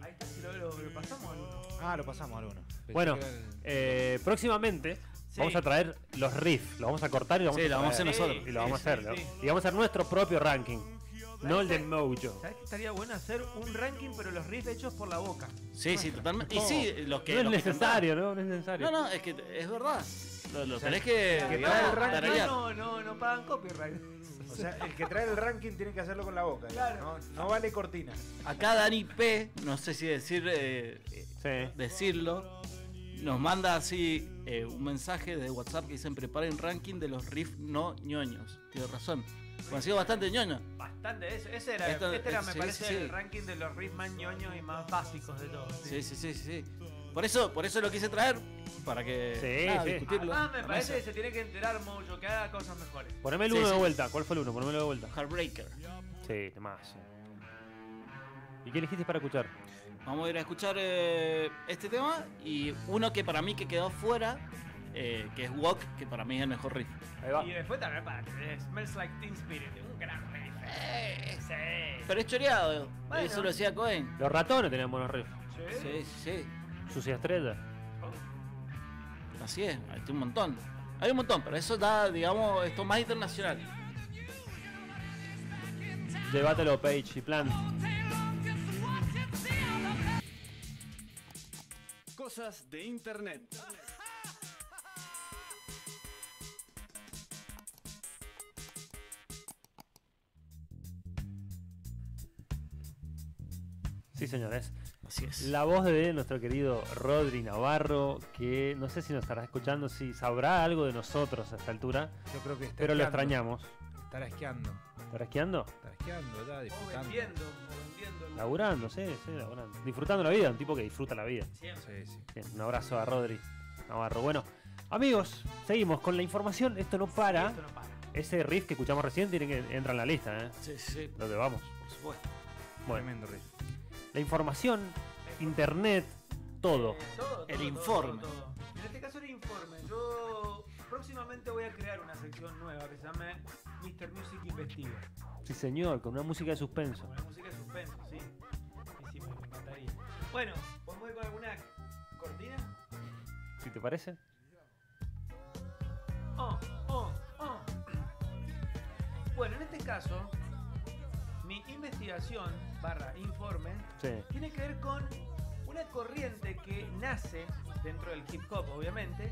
Speaker 4: Ahí está, si lo, lo- lo pasamos. al uno.
Speaker 3: Ah, lo pasamos alguno. Pensé
Speaker 1: Bueno,
Speaker 3: que era el-
Speaker 1: Eh, próximamente
Speaker 4: Sí.
Speaker 1: vamos a traer los riffs. Los vamos a cortar y los vamos
Speaker 2: Sí,
Speaker 1: a
Speaker 2: lo vamos a hacer
Speaker 1: traer.
Speaker 2: nosotros.
Speaker 1: Y lo vamos
Speaker 4: Sí,
Speaker 1: a hacer.
Speaker 4: sí,
Speaker 1: ¿no?
Speaker 4: sí.
Speaker 1: Y vamos a hacer nuestro propio ranking. No el de Mojo.
Speaker 4: ¿Sabes que estaría bueno hacer un ranking, pero los riffs hechos por la boca?
Speaker 2: Sí, sí, totalmente. Y sí, los que.
Speaker 1: no es
Speaker 2: los que cantaron.
Speaker 1: necesario, ¿no? No es necesario.
Speaker 2: No, no, es que es verdad. Lo, lo tenés que.
Speaker 4: Los que
Speaker 2: que
Speaker 4: pagan el
Speaker 2: tararear.
Speaker 4: ranking no, no, no pagan copyright.
Speaker 3: O sea, el que trae el ranking tiene que hacerlo con la boca. digamos,
Speaker 4: Claro.
Speaker 3: ¿no? no vale cortina.
Speaker 2: Acá Dani P, no sé si decir eh, eh,
Speaker 1: Sí.
Speaker 2: decirlo, nos manda así eh, un mensaje de WhatsApp que dicen preparen ranking de los riffs no ñoños. Tienes razón. Han sido bastante ñoños.
Speaker 4: Bastante, ese, ese era,
Speaker 2: Esto-
Speaker 4: este era, me
Speaker 2: sí,
Speaker 4: parece,
Speaker 2: sí.
Speaker 4: el ranking de los riffs más ñoños y más básicos de todos.
Speaker 2: Sí, sí, sí, sí, sí. Por eso, por eso lo quise traer, para que
Speaker 1: Sí, sí.
Speaker 2: discutirlo.
Speaker 4: Ah, me
Speaker 2: La
Speaker 4: parece que
Speaker 2: mesa.
Speaker 4: se tiene que enterar Mojo, que haga cosas mejores.
Speaker 1: Poneme el
Speaker 2: Sí,
Speaker 1: uno
Speaker 2: sí.
Speaker 1: de vuelta. ¿Cuál fue el uno? Ponémelo de vuelta.
Speaker 2: Heartbreaker.
Speaker 1: Sí, temazo. ¿Y qué elegiste para escuchar?
Speaker 2: Vamos a ir a escuchar eh, este tema y uno que para mí que quedó fuera, eh, que es Walk, que para mí es el mejor riff.
Speaker 1: Ahí va.
Speaker 4: Y después también para que Smells Like Teen Spirit, un gran riff. Sí.
Speaker 2: Pero es choreado, eh.
Speaker 4: Bueno.
Speaker 2: eso lo decía Cohen.
Speaker 1: Los ratones tenían buenos riffs.
Speaker 4: Sí.
Speaker 2: Sí, sí, sí.
Speaker 1: Sucia estrella.
Speaker 2: Así es, hay un montón. Hay un montón, pero eso da, digamos, esto más internacional.
Speaker 1: Llévatelo, Page y Plan.
Speaker 7: Cosas de Internet.
Speaker 1: Sí, señores.
Speaker 2: Así es.
Speaker 1: La voz de nuestro querido Rodri Navarro, que no sé si nos estará escuchando, si sabrá algo de nosotros a esta altura,
Speaker 3: Yo creo que está
Speaker 1: pero lo
Speaker 3: esquiando.
Speaker 1: extrañamos.
Speaker 3: Estará esquiando.
Speaker 1: ¿Estará esquiando?
Speaker 3: Estará esquiando ya,
Speaker 4: O
Speaker 3: disfrutando.
Speaker 4: vendiendo, o vendiendo. algo.
Speaker 1: Laburando, sí, sí, laburando. Disfrutando la vida, un tipo que disfruta la vida.
Speaker 4: Siempre.
Speaker 3: Sí, sí.
Speaker 1: Bien, un abrazo a Rodri Navarro. Bueno, amigos, seguimos con la información. Esto no para.
Speaker 4: Esto no para.
Speaker 1: Ese riff que escuchamos recién tiene que entra en la lista, ¿eh?
Speaker 2: Sí, sí,
Speaker 1: ¿Dónde vamos?
Speaker 2: por supuesto.
Speaker 1: Bueno,
Speaker 3: Tremendo riff.
Speaker 1: la información, internet, todo.
Speaker 4: Eh, todo,
Speaker 2: El
Speaker 4: todo,
Speaker 2: informe.
Speaker 4: todo, todo. En este caso el informe. Yo próximamente voy a crear una sección nueva que se llame Mr. Music Investiga.
Speaker 1: Sí, señor, con una música de suspenso.
Speaker 4: Con la música de suspenso, sí. Sí, sí, me encantaría. Bueno, ¿podemos ir con alguna cortina?
Speaker 1: ¿Sí te parece?
Speaker 4: Oh, oh, oh. Bueno, en este caso, mi investigación barra informe
Speaker 1: Sí.
Speaker 4: tiene que ver con una corriente que nace dentro del hip hop, obviamente,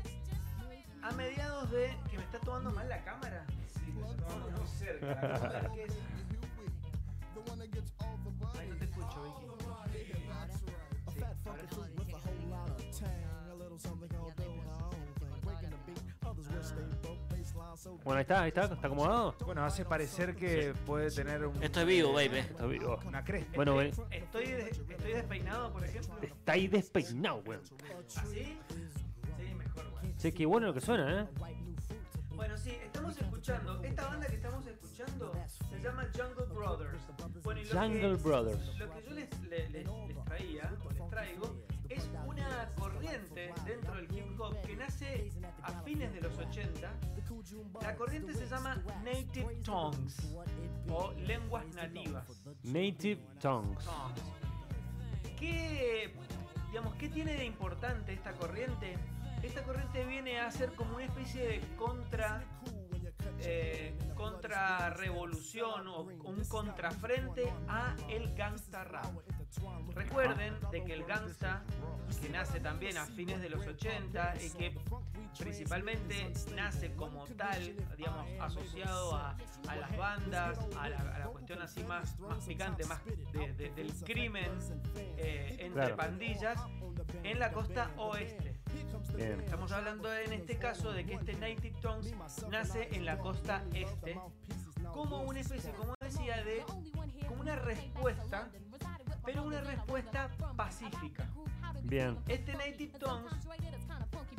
Speaker 4: a mediados de. que me está tomando mal la cámara. Sí, me está tomando muy cerca. la cámara, ¿qué es? Ay, no te escucho, Vicky. Sí, ahora sí.
Speaker 1: Bueno, ahí está, ahí está, está acomodado.
Speaker 3: Bueno, hace parecer que puede tener un-
Speaker 2: Esto es vivo, baby.
Speaker 1: Está vivo.
Speaker 3: una cresta.
Speaker 1: Bueno, ven-
Speaker 4: Estoy, de- estoy despeinado, por ejemplo.
Speaker 1: está ahí despeinado, weón.
Speaker 4: ¿Así? Sí, mejor, güey.
Speaker 1: Che, qué bueno lo que suena, ¿eh?
Speaker 4: Bueno, sí, estamos escuchando. Esta banda que estamos escuchando se llama Jungle Brothers. Bueno, y lo
Speaker 1: Jungle
Speaker 4: que,
Speaker 1: Brothers.
Speaker 4: Lo que yo les, le- les- les traía, o les traigo, es una corriente dentro del hip hop que nace a fines de los 80. La corriente se llama Native Tongues o lenguas nativas.
Speaker 1: Native Tongues.
Speaker 4: Tongues. ¿Qué, digamos, ¿Qué tiene de importante esta corriente? Esta corriente viene a ser como una especie de contra eh, contrarrevolución o un contrafrente a el gangsta rap. Recuerden de que el gangsta, que nace también a fines de los 80 y que principalmente nace como tal, digamos, asociado a, a las bandas, a la, a la cuestión así más, más picante, más de- de- del crimen eh, entre
Speaker 1: Claro.
Speaker 4: pandillas, en la costa oeste.
Speaker 1: Bien.
Speaker 4: Estamos hablando en este caso de que este Native Tongues nace en la costa este como una especie, como decía, de como una respuesta, pero una respuesta pacífica.
Speaker 1: Bien.
Speaker 4: Este Native Tongues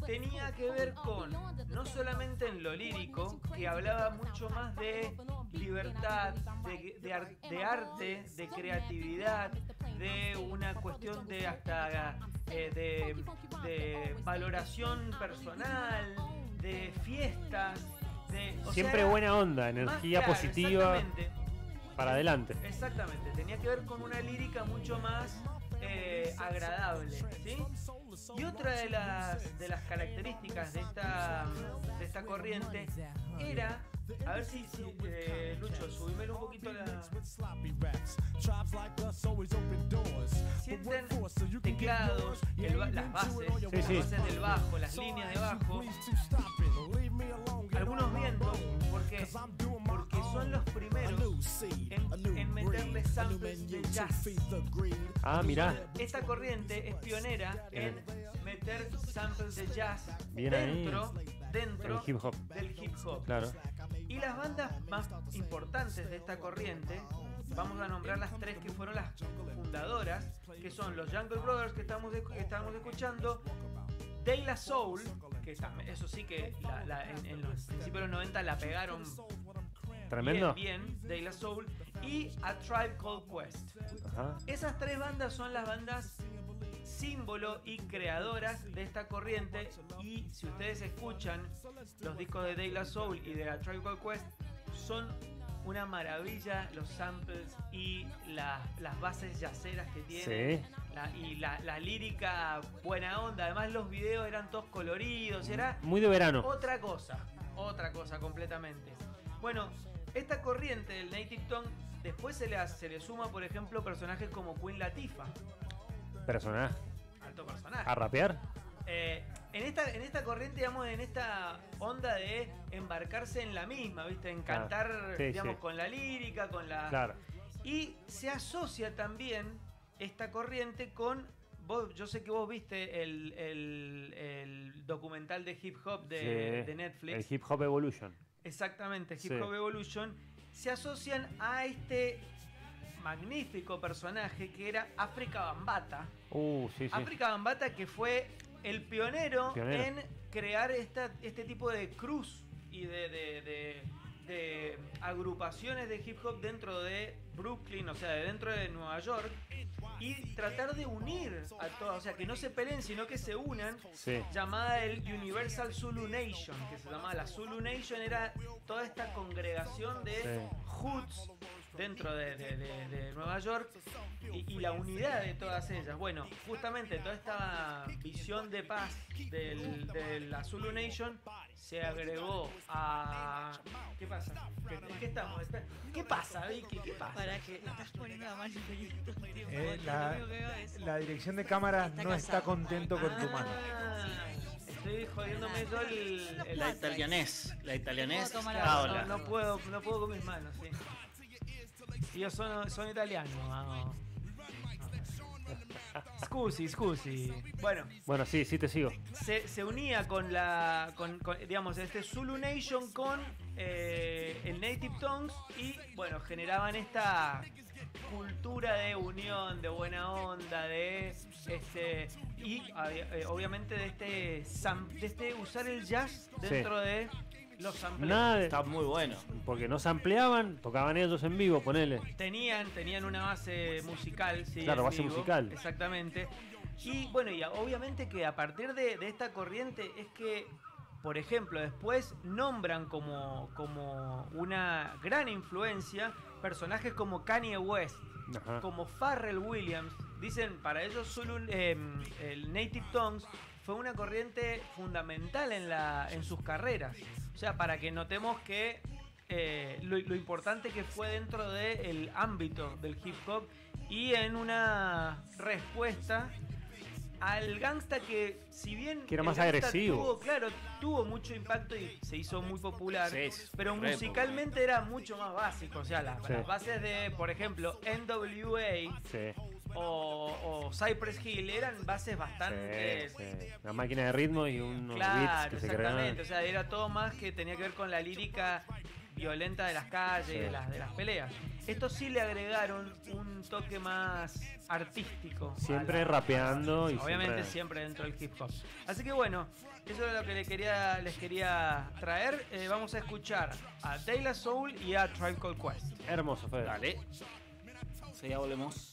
Speaker 4: tenía que ver con no solamente en lo lírico, que hablaba mucho más de libertad, de, de ar- de arte, de creatividad, de una cuestión de hasta eh, de, de valoración personal, de fiestas, de o
Speaker 1: Siempre
Speaker 4: sea,
Speaker 1: buena onda,
Speaker 4: más-
Speaker 1: energía
Speaker 4: claro,
Speaker 1: positiva
Speaker 4: exactamente.
Speaker 1: para adelante.
Speaker 4: Exactamente, tenía que ver con una lírica mucho más eh, agradable, ¿sí? Y otra de las, de las características de esta, de esta corriente era, a ver si, si, eh, Lucho, subímelo un poquito la... Sienten teclados, el ba- las bases,
Speaker 1: Sí, sí.
Speaker 4: las bases del bajo, las líneas de bajo, algunos vientos, ¿por qué? Porque son los primeros en, en meterle samples de jazz.
Speaker 1: Ah, mirá.
Speaker 4: Esta corriente es pionera en meter samples de jazz
Speaker 1: Bien ahí.
Speaker 4: dentro,
Speaker 1: El
Speaker 4: dentro
Speaker 1: hip hop,
Speaker 4: del hip hop.
Speaker 1: claro.
Speaker 4: Y las bandas más importantes de esta corriente, vamos a nombrar las tres que fueron las fundadoras, que son los Jungle Brothers que estamos, escu- que estamos escuchando, De La Soul, que tam- eso sí que la- la- en, en los principios de los 90 la pegaron
Speaker 1: Tremendo.
Speaker 4: bien, bien, De La Soul, y A Tribe Called Quest.
Speaker 1: Ajá.
Speaker 4: Esas tres bandas son las bandas símbolo y creadoras de esta corriente y si ustedes escuchan los discos de Day La Soul y de la Tribe Called Quest son una maravilla los samples y la- las bases yaceras que tienen
Speaker 1: Sí.
Speaker 4: la- y la, la lírica buena onda además los videos eran todos coloridos era
Speaker 1: Muy de verano.
Speaker 4: otra cosa, otra cosa completamente. Bueno, esta corriente del Native Tongue después se le, as- se le suma, por ejemplo, personajes como Queen Latifa,
Speaker 1: Personaje.
Speaker 4: alto personaje.
Speaker 1: ¿A rapear?
Speaker 4: Eh, en, esta, en esta corriente, digamos, en esta onda de embarcarse en la misma, ¿viste? En
Speaker 1: Claro.
Speaker 4: cantar,
Speaker 1: Sí,
Speaker 4: digamos,
Speaker 1: sí.
Speaker 4: con la lírica, con la...
Speaker 1: Claro.
Speaker 4: Y se asocia también esta corriente con... Vos, yo sé que vos viste el, el- el documental de hip hop de,
Speaker 1: Sí.
Speaker 4: de Netflix.
Speaker 1: El hip hop evolution.
Speaker 4: Exactamente, Hip
Speaker 1: Sí.
Speaker 4: Hop Evolution, se asocian a este magnífico personaje que era África Bambata.
Speaker 1: Uh, sí, sí.
Speaker 4: África Bambata que fue el pionero,
Speaker 1: Pionero.
Speaker 4: en crear esta, este tipo de cruz y de, de- de- de agrupaciones de hip hop dentro de Brooklyn, o sea, de dentro de Nueva York, y tratar de unir a todas, o sea, que no se peleen, sino que se unan
Speaker 1: Sí.
Speaker 4: llamada el Universal Zulu Nation, que se llamaba la Zulu Nation, era toda esta congregación de
Speaker 1: Sí.
Speaker 4: hoods dentro de, de- de- de Nueva York y, y la unidad de todas ellas. Bueno, justamente toda esta visión de paz del, de la Zulu Nation se agregó a... ¿Qué pasa? ¿Qué, en qué estamos? Espera. ¿Qué pasa, Vicky? ¿Qué
Speaker 8: Ah.
Speaker 4: pasa?
Speaker 5: Para que estás poniendo la mano en el todo el tiempo,
Speaker 3: Eh,
Speaker 5: y
Speaker 3: la-
Speaker 5: lo único que veo es-
Speaker 3: La dirección de cámara
Speaker 5: Está
Speaker 3: no está
Speaker 5: casado.
Speaker 3: contento con tu mano.
Speaker 4: Ah, Estoy jodiéndome yo el... el-
Speaker 5: La
Speaker 2: La
Speaker 5: italianés,
Speaker 2: italianés, la italianés
Speaker 5: No puedo tomar
Speaker 2: está
Speaker 5: agua.
Speaker 4: No,
Speaker 2: hola.
Speaker 4: no puedo, no puedo con mis manos, sí. Yo sono, sono italiano. ah. Scusi, scusi. Bueno,
Speaker 1: Bueno, sí, sí te sigo.
Speaker 4: se, se unía con la. Con, con, digamos, este Zulu Nation con eh, el Native Tongues y, bueno, generaban esta cultura de unión, de buena onda, de este y había- eh, obviamente de este, sam- de este usar el jazz dentro de los samples.
Speaker 1: Nada de-
Speaker 2: Está muy bueno.
Speaker 1: Porque no se ampliaban, tocaban ellos en vivo, ponele.
Speaker 4: Tenían, tenían una base musical, sí.
Speaker 1: Claro,
Speaker 4: en
Speaker 1: base
Speaker 4: vivo,
Speaker 1: musical.
Speaker 4: Exactamente. Y bueno, y a- obviamente que a partir de, de esta corriente es que, por ejemplo, después nombran como, como una gran influencia personajes como Kanye West,
Speaker 1: Ajá.
Speaker 4: como Farrell Williams. Dicen, para ellos solo un- em, el Native Tongues fue una corriente fundamental en, la, en sus carreras. O sea, para que notemos que eh, lo, lo importante que fue dentro del ámbito del hip hop y en una respuesta al gangsta que si bien
Speaker 1: Que era
Speaker 4: el
Speaker 1: más
Speaker 4: gangsta
Speaker 1: agresivo.
Speaker 4: tuvo, claro tuvo mucho impacto y se hizo muy popular
Speaker 2: Sí, sí,
Speaker 4: pero
Speaker 2: re popular.
Speaker 4: musicalmente era mucho más básico o sea las,
Speaker 1: Sí.
Speaker 4: las bases de por ejemplo NWA
Speaker 1: Sí,
Speaker 4: o, o Cypress Hill eran bases bastante
Speaker 1: sí, sí. Una máquina de ritmo y unos beats
Speaker 4: Claro,
Speaker 1: que se crearon.
Speaker 4: exactamente. O sea, era todo más que tenía que ver con la lírica violenta de las calles,
Speaker 1: Sí.
Speaker 4: de, las, de las peleas. Esto sí le agregaron un toque más artístico. a
Speaker 1: Siempre
Speaker 4: la-
Speaker 1: rapeando y
Speaker 4: Obviamente
Speaker 1: siempre-
Speaker 4: siempre dentro del hip hop. Así que bueno, eso es lo que les quería, les quería traer. Eh, vamos a escuchar a Dayla Soul y a Tribe Called Quest.
Speaker 1: Hermoso, Fede.
Speaker 2: Dale. Sí, ya volvemos.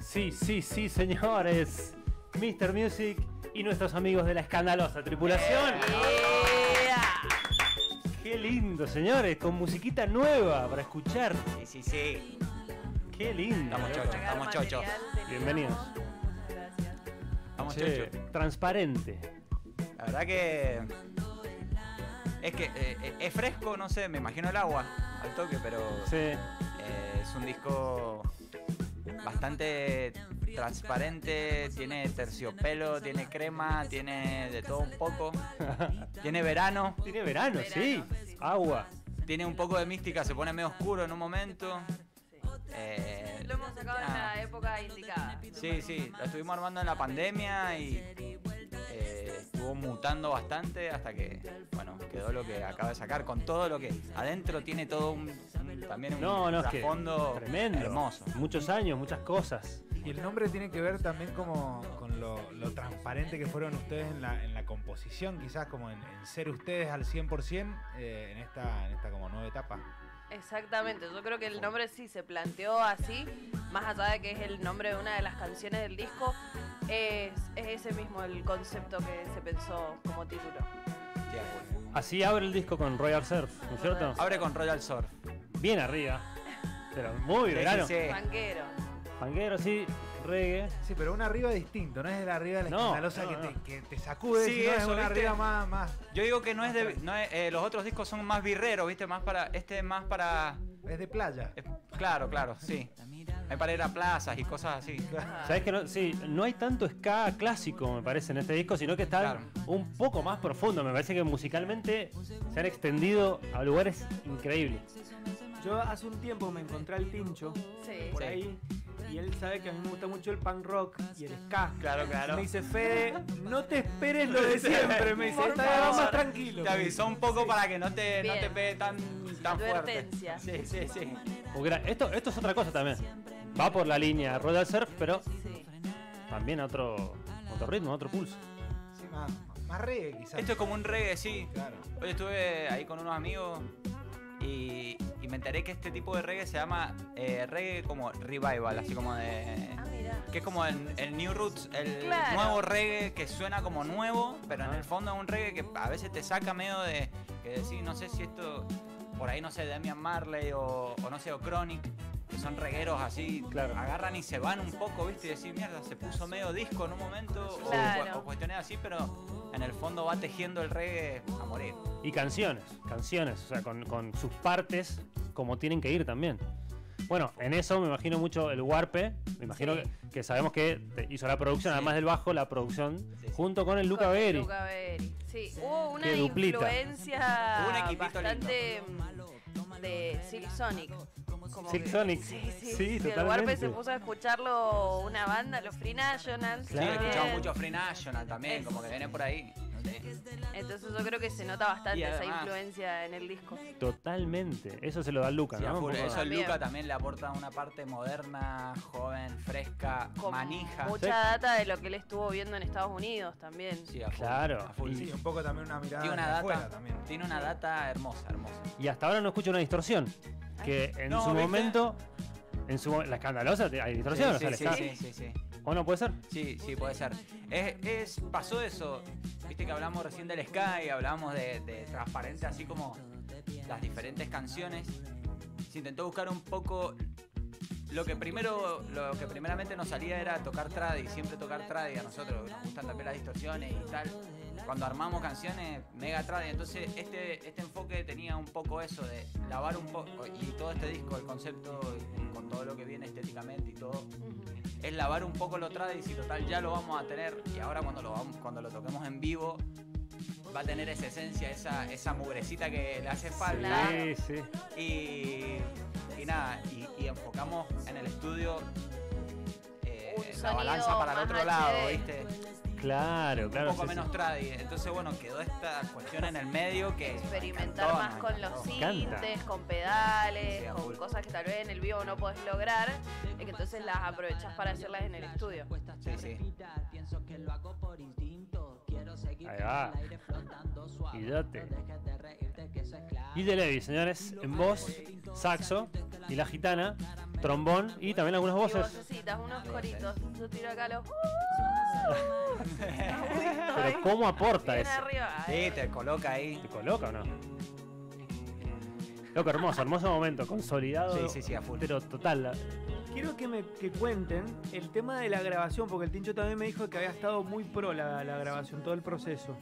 Speaker 1: Sí, sí, sí, señores. Mr. Music y nuestros amigos de la escandalosa tripulación. Qué lindo, señores, con musiquita nueva para escuchar.
Speaker 8: Sí, sí, sí.
Speaker 1: Qué lindo.
Speaker 8: Estamos chochos, estamos chochos.
Speaker 1: Bienvenidos.
Speaker 9: Gracias.
Speaker 8: Estamos
Speaker 1: Che,
Speaker 8: chochos.
Speaker 1: transparente.
Speaker 8: La verdad que. Es que eh, eh, es fresco, no sé, me imagino el agua al toque, pero
Speaker 1: Sí.
Speaker 8: eh, es un disco bastante transparente, tiene terciopelo, tiene crema, tiene de todo un poco, tiene verano,
Speaker 1: Tiene verano, sí. Agua.
Speaker 8: tiene un poco de mística, se pone medio oscuro en un momento. Eh,
Speaker 9: Lo hemos sacado en
Speaker 8: Ah.
Speaker 9: la época indicada.
Speaker 8: Sí, sí, la estuvimos armando en la pandemia y eh, estuvo mutando bastante hasta que, bueno, quedó lo que acaba de sacar, con todo lo que adentro tiene todo un, un- también un
Speaker 1: No, no, es que
Speaker 4: Oh,
Speaker 8: trasfondo
Speaker 1: tremendo.
Speaker 8: hermoso.
Speaker 1: Muchos años, muchas cosas.
Speaker 3: Y el nombre tiene que ver también como con lo, lo transparente que fueron ustedes en la, en la composición, quizás como en, en ser ustedes al 100% eh, en, esta, en esta como nueva etapa.
Speaker 9: Exactamente, yo creo que el nombre sí se planteó así, más allá de que es el nombre de una de las canciones del disco, es, es ese mismo el concepto que se pensó como título.
Speaker 8: Sí, bueno.
Speaker 1: Así abre el disco con Royal Surf, ¿no es cierto?
Speaker 8: Abre con Royal Surf.
Speaker 1: Bien arriba. Pero muy
Speaker 8: Sí,
Speaker 1: verano.
Speaker 8: sí,
Speaker 4: Eh.
Speaker 8: sí.
Speaker 9: Banquero.
Speaker 1: Panguero, sí. Reggae.
Speaker 3: Sí, pero una arriba distinto, no es de la arriba de la
Speaker 1: No,
Speaker 3: escandalosa
Speaker 1: no,
Speaker 3: que,
Speaker 1: no.
Speaker 3: Te, que te sacude,
Speaker 8: Sí,
Speaker 3: sino es
Speaker 8: eso,
Speaker 3: una
Speaker 8: ¿viste?
Speaker 3: arriba más, más.
Speaker 8: Yo digo que no es de, no es- eh, los otros discos son más birreros, viste, más para, este es más para,
Speaker 3: Es de playa.
Speaker 8: es- claro, claro, sí, es para ir a plazas y cosas así.
Speaker 1: ¿Sabes que no? Sí, no hay tanto ska clásico, me parece, en este disco, sino que está
Speaker 8: Claro.
Speaker 1: un poco más profundo. Me parece que musicalmente se han extendido a lugares increíbles.
Speaker 4: Yo hace un tiempo me encontré al Tincho
Speaker 9: Sí.
Speaker 4: por
Speaker 8: Sí.
Speaker 4: ahí y él sabe que a mí me gusta mucho el punk rock y el ska.
Speaker 8: Claro, claro.
Speaker 4: Me dice, Fede, no te esperes lo de siempre. Me dice, esta vez va más tranquilo.
Speaker 8: Te avisó un poco para que no te, no
Speaker 9: Bien.
Speaker 8: te pegue tan, tan fuerte.
Speaker 9: Advertencia.
Speaker 8: Sí, sí, sí.
Speaker 1: O gra- Esto, esto es otra cosa también. Va por la línea Royal Surf, pero
Speaker 9: Sí.
Speaker 1: también a otro, otro ritmo, a otro pulso.
Speaker 3: Sí, más, más reggae quizás.
Speaker 8: Esto es como un reggae, sí.
Speaker 3: Claro.
Speaker 8: Hoy estuve ahí con unos amigos y, y me enteré que este tipo de reggae se llama eh, reggae como revival, así como de...
Speaker 9: Ah, mira.
Speaker 8: Que es como el, el new roots, el
Speaker 9: Claro.
Speaker 8: nuevo reggae que suena como nuevo, pero en el fondo es un reggae que a veces te saca medio de... Que decís, no sé si esto... Por ahí, no sé, Damian Marley o, o no sé, o Chronic, que son regueros así,
Speaker 1: Claro.
Speaker 8: agarran y se van un poco, ¿viste? Y decís, mierda, se puso medio disco en un momento, o-
Speaker 9: Claro.
Speaker 8: o, cuestiones así, pero en el fondo va tejiendo el reggae a morir.
Speaker 1: Y canciones, canciones, o sea, con, con sus partes como tienen que ir también. Bueno, en eso me imagino mucho el Warpe, me imagino
Speaker 9: Sí.
Speaker 1: que, que sabemos que te- hizo la producción, además del bajo, la producción,
Speaker 8: Sí, sí.
Speaker 1: junto con el Luca
Speaker 9: Con
Speaker 1: Beri.
Speaker 9: Luca Beri. Sí, hubo una
Speaker 1: Que duplica.
Speaker 9: influencia
Speaker 8: Hubo un equipito
Speaker 9: bastante mm, de Silk Sonic. como
Speaker 1: Silk
Speaker 9: que-
Speaker 1: Sonic.
Speaker 9: Sí, sí,
Speaker 1: Sí,
Speaker 9: sí, el
Speaker 1: totalmente.
Speaker 9: Warpe se puso a escucharlo una banda, los Free Nationals.
Speaker 4: Sí,
Speaker 1: Claro.
Speaker 4: escuchamos
Speaker 9: también.
Speaker 4: mucho Free National también, como que viene por ahí. No sé.
Speaker 9: Entonces yo creo que se nota
Speaker 4: Y
Speaker 9: bastante esa
Speaker 4: además-
Speaker 9: influencia en el disco.
Speaker 1: Totalmente. Eso se lo da Luca,
Speaker 4: Sí, a
Speaker 1: ¿no? Un
Speaker 4: full.
Speaker 1: poco-
Speaker 4: eso
Speaker 9: También.
Speaker 4: Luca también le aporta una parte moderna, joven, fresca,
Speaker 9: Con
Speaker 4: manija.
Speaker 9: mucha data de lo que él estuvo viendo en Estados Unidos también.
Speaker 4: Sí, a full,
Speaker 1: Claro.
Speaker 4: a full.
Speaker 3: Sí, un poco también una mirada
Speaker 4: Tiene una
Speaker 3: hacia
Speaker 4: data.
Speaker 3: afuera también.
Speaker 4: Tiene una data hermosa, hermosa.
Speaker 1: Y hasta ahora no escucho una distorsión. Que en
Speaker 4: No,
Speaker 1: su
Speaker 4: ¿viste?
Speaker 1: momento. En su mo- La escandalosa te- hay distorsión, o sea,
Speaker 4: sí,
Speaker 1: le
Speaker 4: sí,
Speaker 1: está-
Speaker 4: sí, sí, sí.
Speaker 1: ¿O no puede ser?
Speaker 4: Sí, sí, puede ser. Es, es- pasó eso. Viste que hablamos recién del Sky, hablamos de, de transparente, así como las diferentes canciones. Se intentó buscar un poco. Lo que primero, lo que primeramente nos salía era tocar tradi, siempre tocar tradi a nosotros, nos gustan también las distorsiones y tal. Cuando armamos canciones, mega tradi, entonces este, este enfoque tenía un poco eso de lavar un poco, y todo este disco, el concepto, y con todo lo que viene estéticamente y todo, es lavar un poco lo trad y si total ya lo vamos a tener y ahora cuando lo vamos, cuando lo toquemos en vivo va a tener esa esencia, esa, esa mugrecita que le hace falta
Speaker 9: Claro.
Speaker 1: Sí, sí.
Speaker 4: y, y nada, y, y enfocamos en el estudio eh,
Speaker 9: Un
Speaker 4: la
Speaker 9: sonido
Speaker 4: balanza para el
Speaker 9: más
Speaker 4: otro
Speaker 9: HD.
Speaker 4: lado, ¿viste?
Speaker 1: Claro, claro.
Speaker 4: un poco
Speaker 1: sí, sí.
Speaker 4: menos trad y Entonces bueno, quedó esta cuestión en el medio que
Speaker 9: Experimentar
Speaker 4: encantó,
Speaker 9: más
Speaker 4: nos
Speaker 9: con
Speaker 4: encantó.
Speaker 9: los
Speaker 1: encanta.
Speaker 9: sintes, con
Speaker 4: Sí,
Speaker 9: pedales,
Speaker 4: a
Speaker 9: con
Speaker 4: full.
Speaker 9: cosas que tal vez en el vivo no podés lograr, y que entonces las aprovechás para hacerlas en el estudio.
Speaker 4: Sí, sí.
Speaker 1: Ahí va. Cuidate. DJ Levy, señores, en voz, saxo y la gitana, trombón y también algunas
Speaker 9: Y
Speaker 1: voces.
Speaker 9: vocecitas, unos coritos. Yo tiro acá los. uh,
Speaker 1: Pero ¿cómo aporta
Speaker 9: Bien
Speaker 1: eso?
Speaker 9: arriba. eh,
Speaker 4: Sí, te coloca ahí.
Speaker 1: ¿Te coloca o no? Loco, hermoso, hermoso momento, consolidado.
Speaker 4: Sí, sí, sí, a full.
Speaker 1: Pero total. la-
Speaker 8: Quiero que me que cuenten el tema de la grabación, porque el Tincho también me dijo que había estado muy pro la, la grabación, todo el proceso.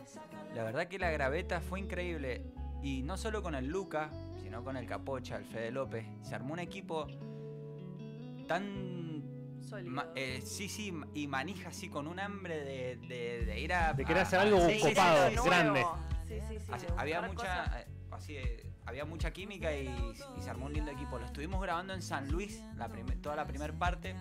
Speaker 4: La verdad que la graveta fue increíble. Y no solo con el Luca, sino con el Capocha, el Fede López. Se armó un equipo tan...
Speaker 9: Sólido.
Speaker 4: ma- eh, sí, sí, y manija así con un hambre de, de- de ir a...
Speaker 1: De querer
Speaker 4: a-
Speaker 1: hacer algo
Speaker 4: sí, sí, sí,
Speaker 1: copado,
Speaker 4: sí,
Speaker 9: Nuevo.
Speaker 1: grande.
Speaker 9: Sí, sí, sí.
Speaker 4: Así-
Speaker 9: de
Speaker 4: había
Speaker 9: buscar
Speaker 4: mucha...
Speaker 9: cosas.
Speaker 4: eh, así, eh, había mucha química y, y se armó un lindo equipo. Lo estuvimos grabando en San Luis, la primer- toda la primera parte.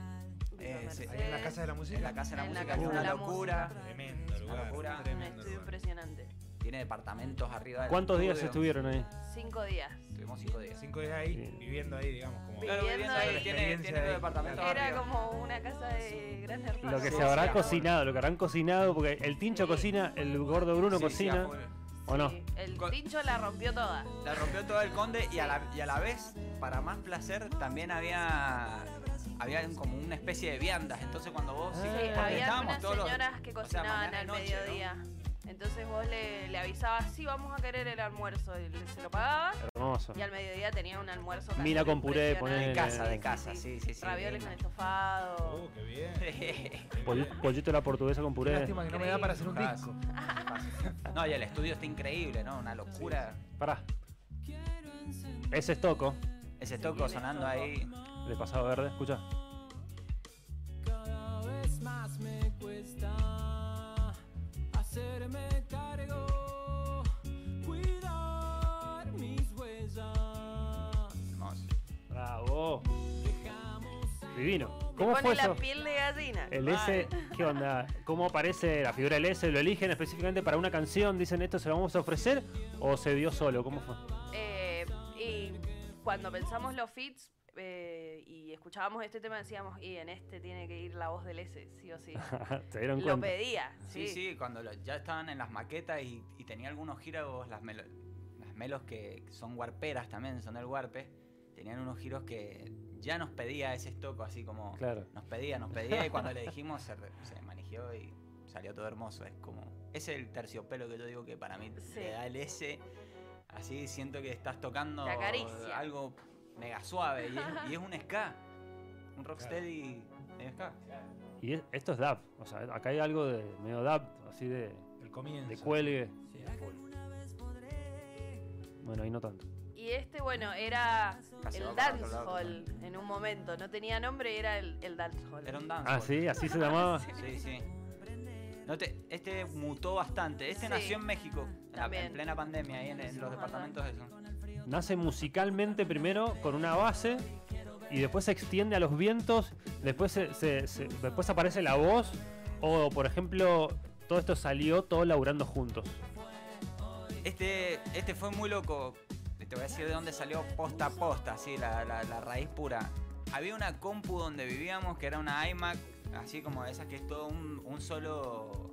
Speaker 4: eh, se-
Speaker 3: Ahí en la Casa de la
Speaker 4: en
Speaker 3: Música.
Speaker 4: la Casa de la
Speaker 9: En la
Speaker 4: Música,
Speaker 9: Casa
Speaker 4: que es
Speaker 9: de
Speaker 4: una
Speaker 9: la
Speaker 4: locura.
Speaker 3: Tremendo lugar.
Speaker 4: locura.
Speaker 9: Un
Speaker 3: Tremendo
Speaker 9: estudio
Speaker 3: lugar.
Speaker 9: impresionante.
Speaker 4: Tiene departamentos arriba del
Speaker 1: ¿Cuántos días
Speaker 4: estudio.
Speaker 1: estuvieron ahí?
Speaker 9: Cinco días.
Speaker 4: Estuvimos cinco días.
Speaker 3: Cinco días ahí,
Speaker 1: Sí.
Speaker 3: viviendo ahí, digamos. Como
Speaker 9: Claro, viviendo ahí.
Speaker 4: pero Tiene,
Speaker 3: Experiencia
Speaker 4: tiene
Speaker 3: ahí.
Speaker 4: los departamentos
Speaker 9: Era
Speaker 4: arriba.
Speaker 9: como una casa de gran hermano.
Speaker 1: Lo que
Speaker 4: Sí,
Speaker 1: se habrá
Speaker 4: sí,
Speaker 1: cocinado, lo que habrán cocinado, porque el Tincho
Speaker 9: Sí.
Speaker 1: cocina, el gordo Bruno
Speaker 4: Sí, sí, a
Speaker 1: cocina,
Speaker 4: full.
Speaker 1: ¿o no?
Speaker 9: Sí, El
Speaker 4: Co-
Speaker 9: tincho la rompió toda.
Speaker 4: la rompió todo el conde y a, la, y a la vez, para más placer, también había había como una especie de viandas. Entonces cuando vos
Speaker 1: Ah.
Speaker 4: sí,
Speaker 1: Sí,
Speaker 4: porque
Speaker 9: Había
Speaker 4: estábamos
Speaker 9: algunas
Speaker 4: todos los-
Speaker 9: señoras que
Speaker 4: o sea,
Speaker 9: cocinaban
Speaker 4: mañana
Speaker 9: al
Speaker 4: y noche, ¿no?
Speaker 9: mediodía. Entonces vos le, le avisabas, sí, vamos a querer el almuerzo. Y le- se lo pagabas
Speaker 1: Hermoso.
Speaker 9: y al mediodía tenía un almuerzo.
Speaker 1: Mina con puré,
Speaker 4: De
Speaker 1: ponele.
Speaker 4: casa, de
Speaker 1: Sí,
Speaker 4: casa, sí, sí, sí.
Speaker 9: Ravioles con
Speaker 4: lindo.
Speaker 9: estofado.
Speaker 3: Oh, qué bien.
Speaker 1: Pol- Pollito a la portuguesa con
Speaker 3: Qué
Speaker 1: puré.
Speaker 3: lástima que no me da para hacer un
Speaker 4: Increíble.
Speaker 3: disco.
Speaker 4: No, y el estudio está increíble, ¿no? Una locura.
Speaker 1: Pará. Ese es Toco,
Speaker 4: Ese toco sonando ahí.
Speaker 1: de Pasado Verde. Escucha.
Speaker 4: hermoso.
Speaker 1: Bravo. Divino.
Speaker 9: Te
Speaker 1: ¿Cómo
Speaker 9: pone
Speaker 1: fue
Speaker 9: la
Speaker 1: eso?
Speaker 9: piel de gallina.
Speaker 1: El S, ¿qué onda? ¿Cómo aparece la figura del S? ¿Lo eligen específicamente para una canción? ¿Dicen esto se lo vamos a ofrecer? ¿O se dio solo? ¿Cómo fue?
Speaker 9: Eh, y cuando pensamos los fits eh, y escuchábamos este tema, decíamos, y en este tiene que ir la voz del S, sí o sí.
Speaker 1: ¿Se dieron
Speaker 9: Lo
Speaker 1: cuenta?
Speaker 9: pedía.
Speaker 4: Sí, sí, cuando lo- ya estaban en las maquetas y, y tenía algunos giros, las, melo- las melos que son guarperas también, son del guarpe, tenían unos giros que ya nos pedía ese estoco, así como
Speaker 1: Claro.
Speaker 4: nos pedía, nos pedía, y cuando le dijimos se, re- se manejó y salió todo hermoso. Es como, ese es el terciopelo que yo digo que para mí
Speaker 9: Sí.
Speaker 4: le da el S, así siento que estás tocando
Speaker 9: Te acaricia.
Speaker 4: algo mega suave, y es, y es un ska, un rocksteady medio ska.
Speaker 1: Y es- esto es dub. O sea, acá hay algo de medio dub, así de,
Speaker 3: El comienzo.
Speaker 1: de cuelgue. Bueno, ahí no tanto.
Speaker 9: Y este, bueno, era
Speaker 4: Casi va
Speaker 9: el
Speaker 4: para otro lado
Speaker 9: dancehall en un momento. No tenía nombre, era el, el dancehall.
Speaker 4: Era un dance.
Speaker 1: Ah, sí, así se llamaba.
Speaker 4: Sí, sí. No te- este mutó bastante. Este
Speaker 9: Sí.
Speaker 4: nació en México, en, la- en
Speaker 9: También.
Speaker 4: plena pandemia, ahí en, en los
Speaker 9: Ajá.
Speaker 4: departamentos esos.
Speaker 1: Nace musicalmente primero con una base y después se extiende a los vientos, después, se- se- se- después aparece la voz, o por ejemplo, todo esto salió todo laburando juntos.
Speaker 4: Este, este fue muy loco. Te voy a decir de dónde salió posta a posta, así, la, la- la raíz pura. Había una compu donde vivíamos que era una iMac, así como de esas que es todo un, un solo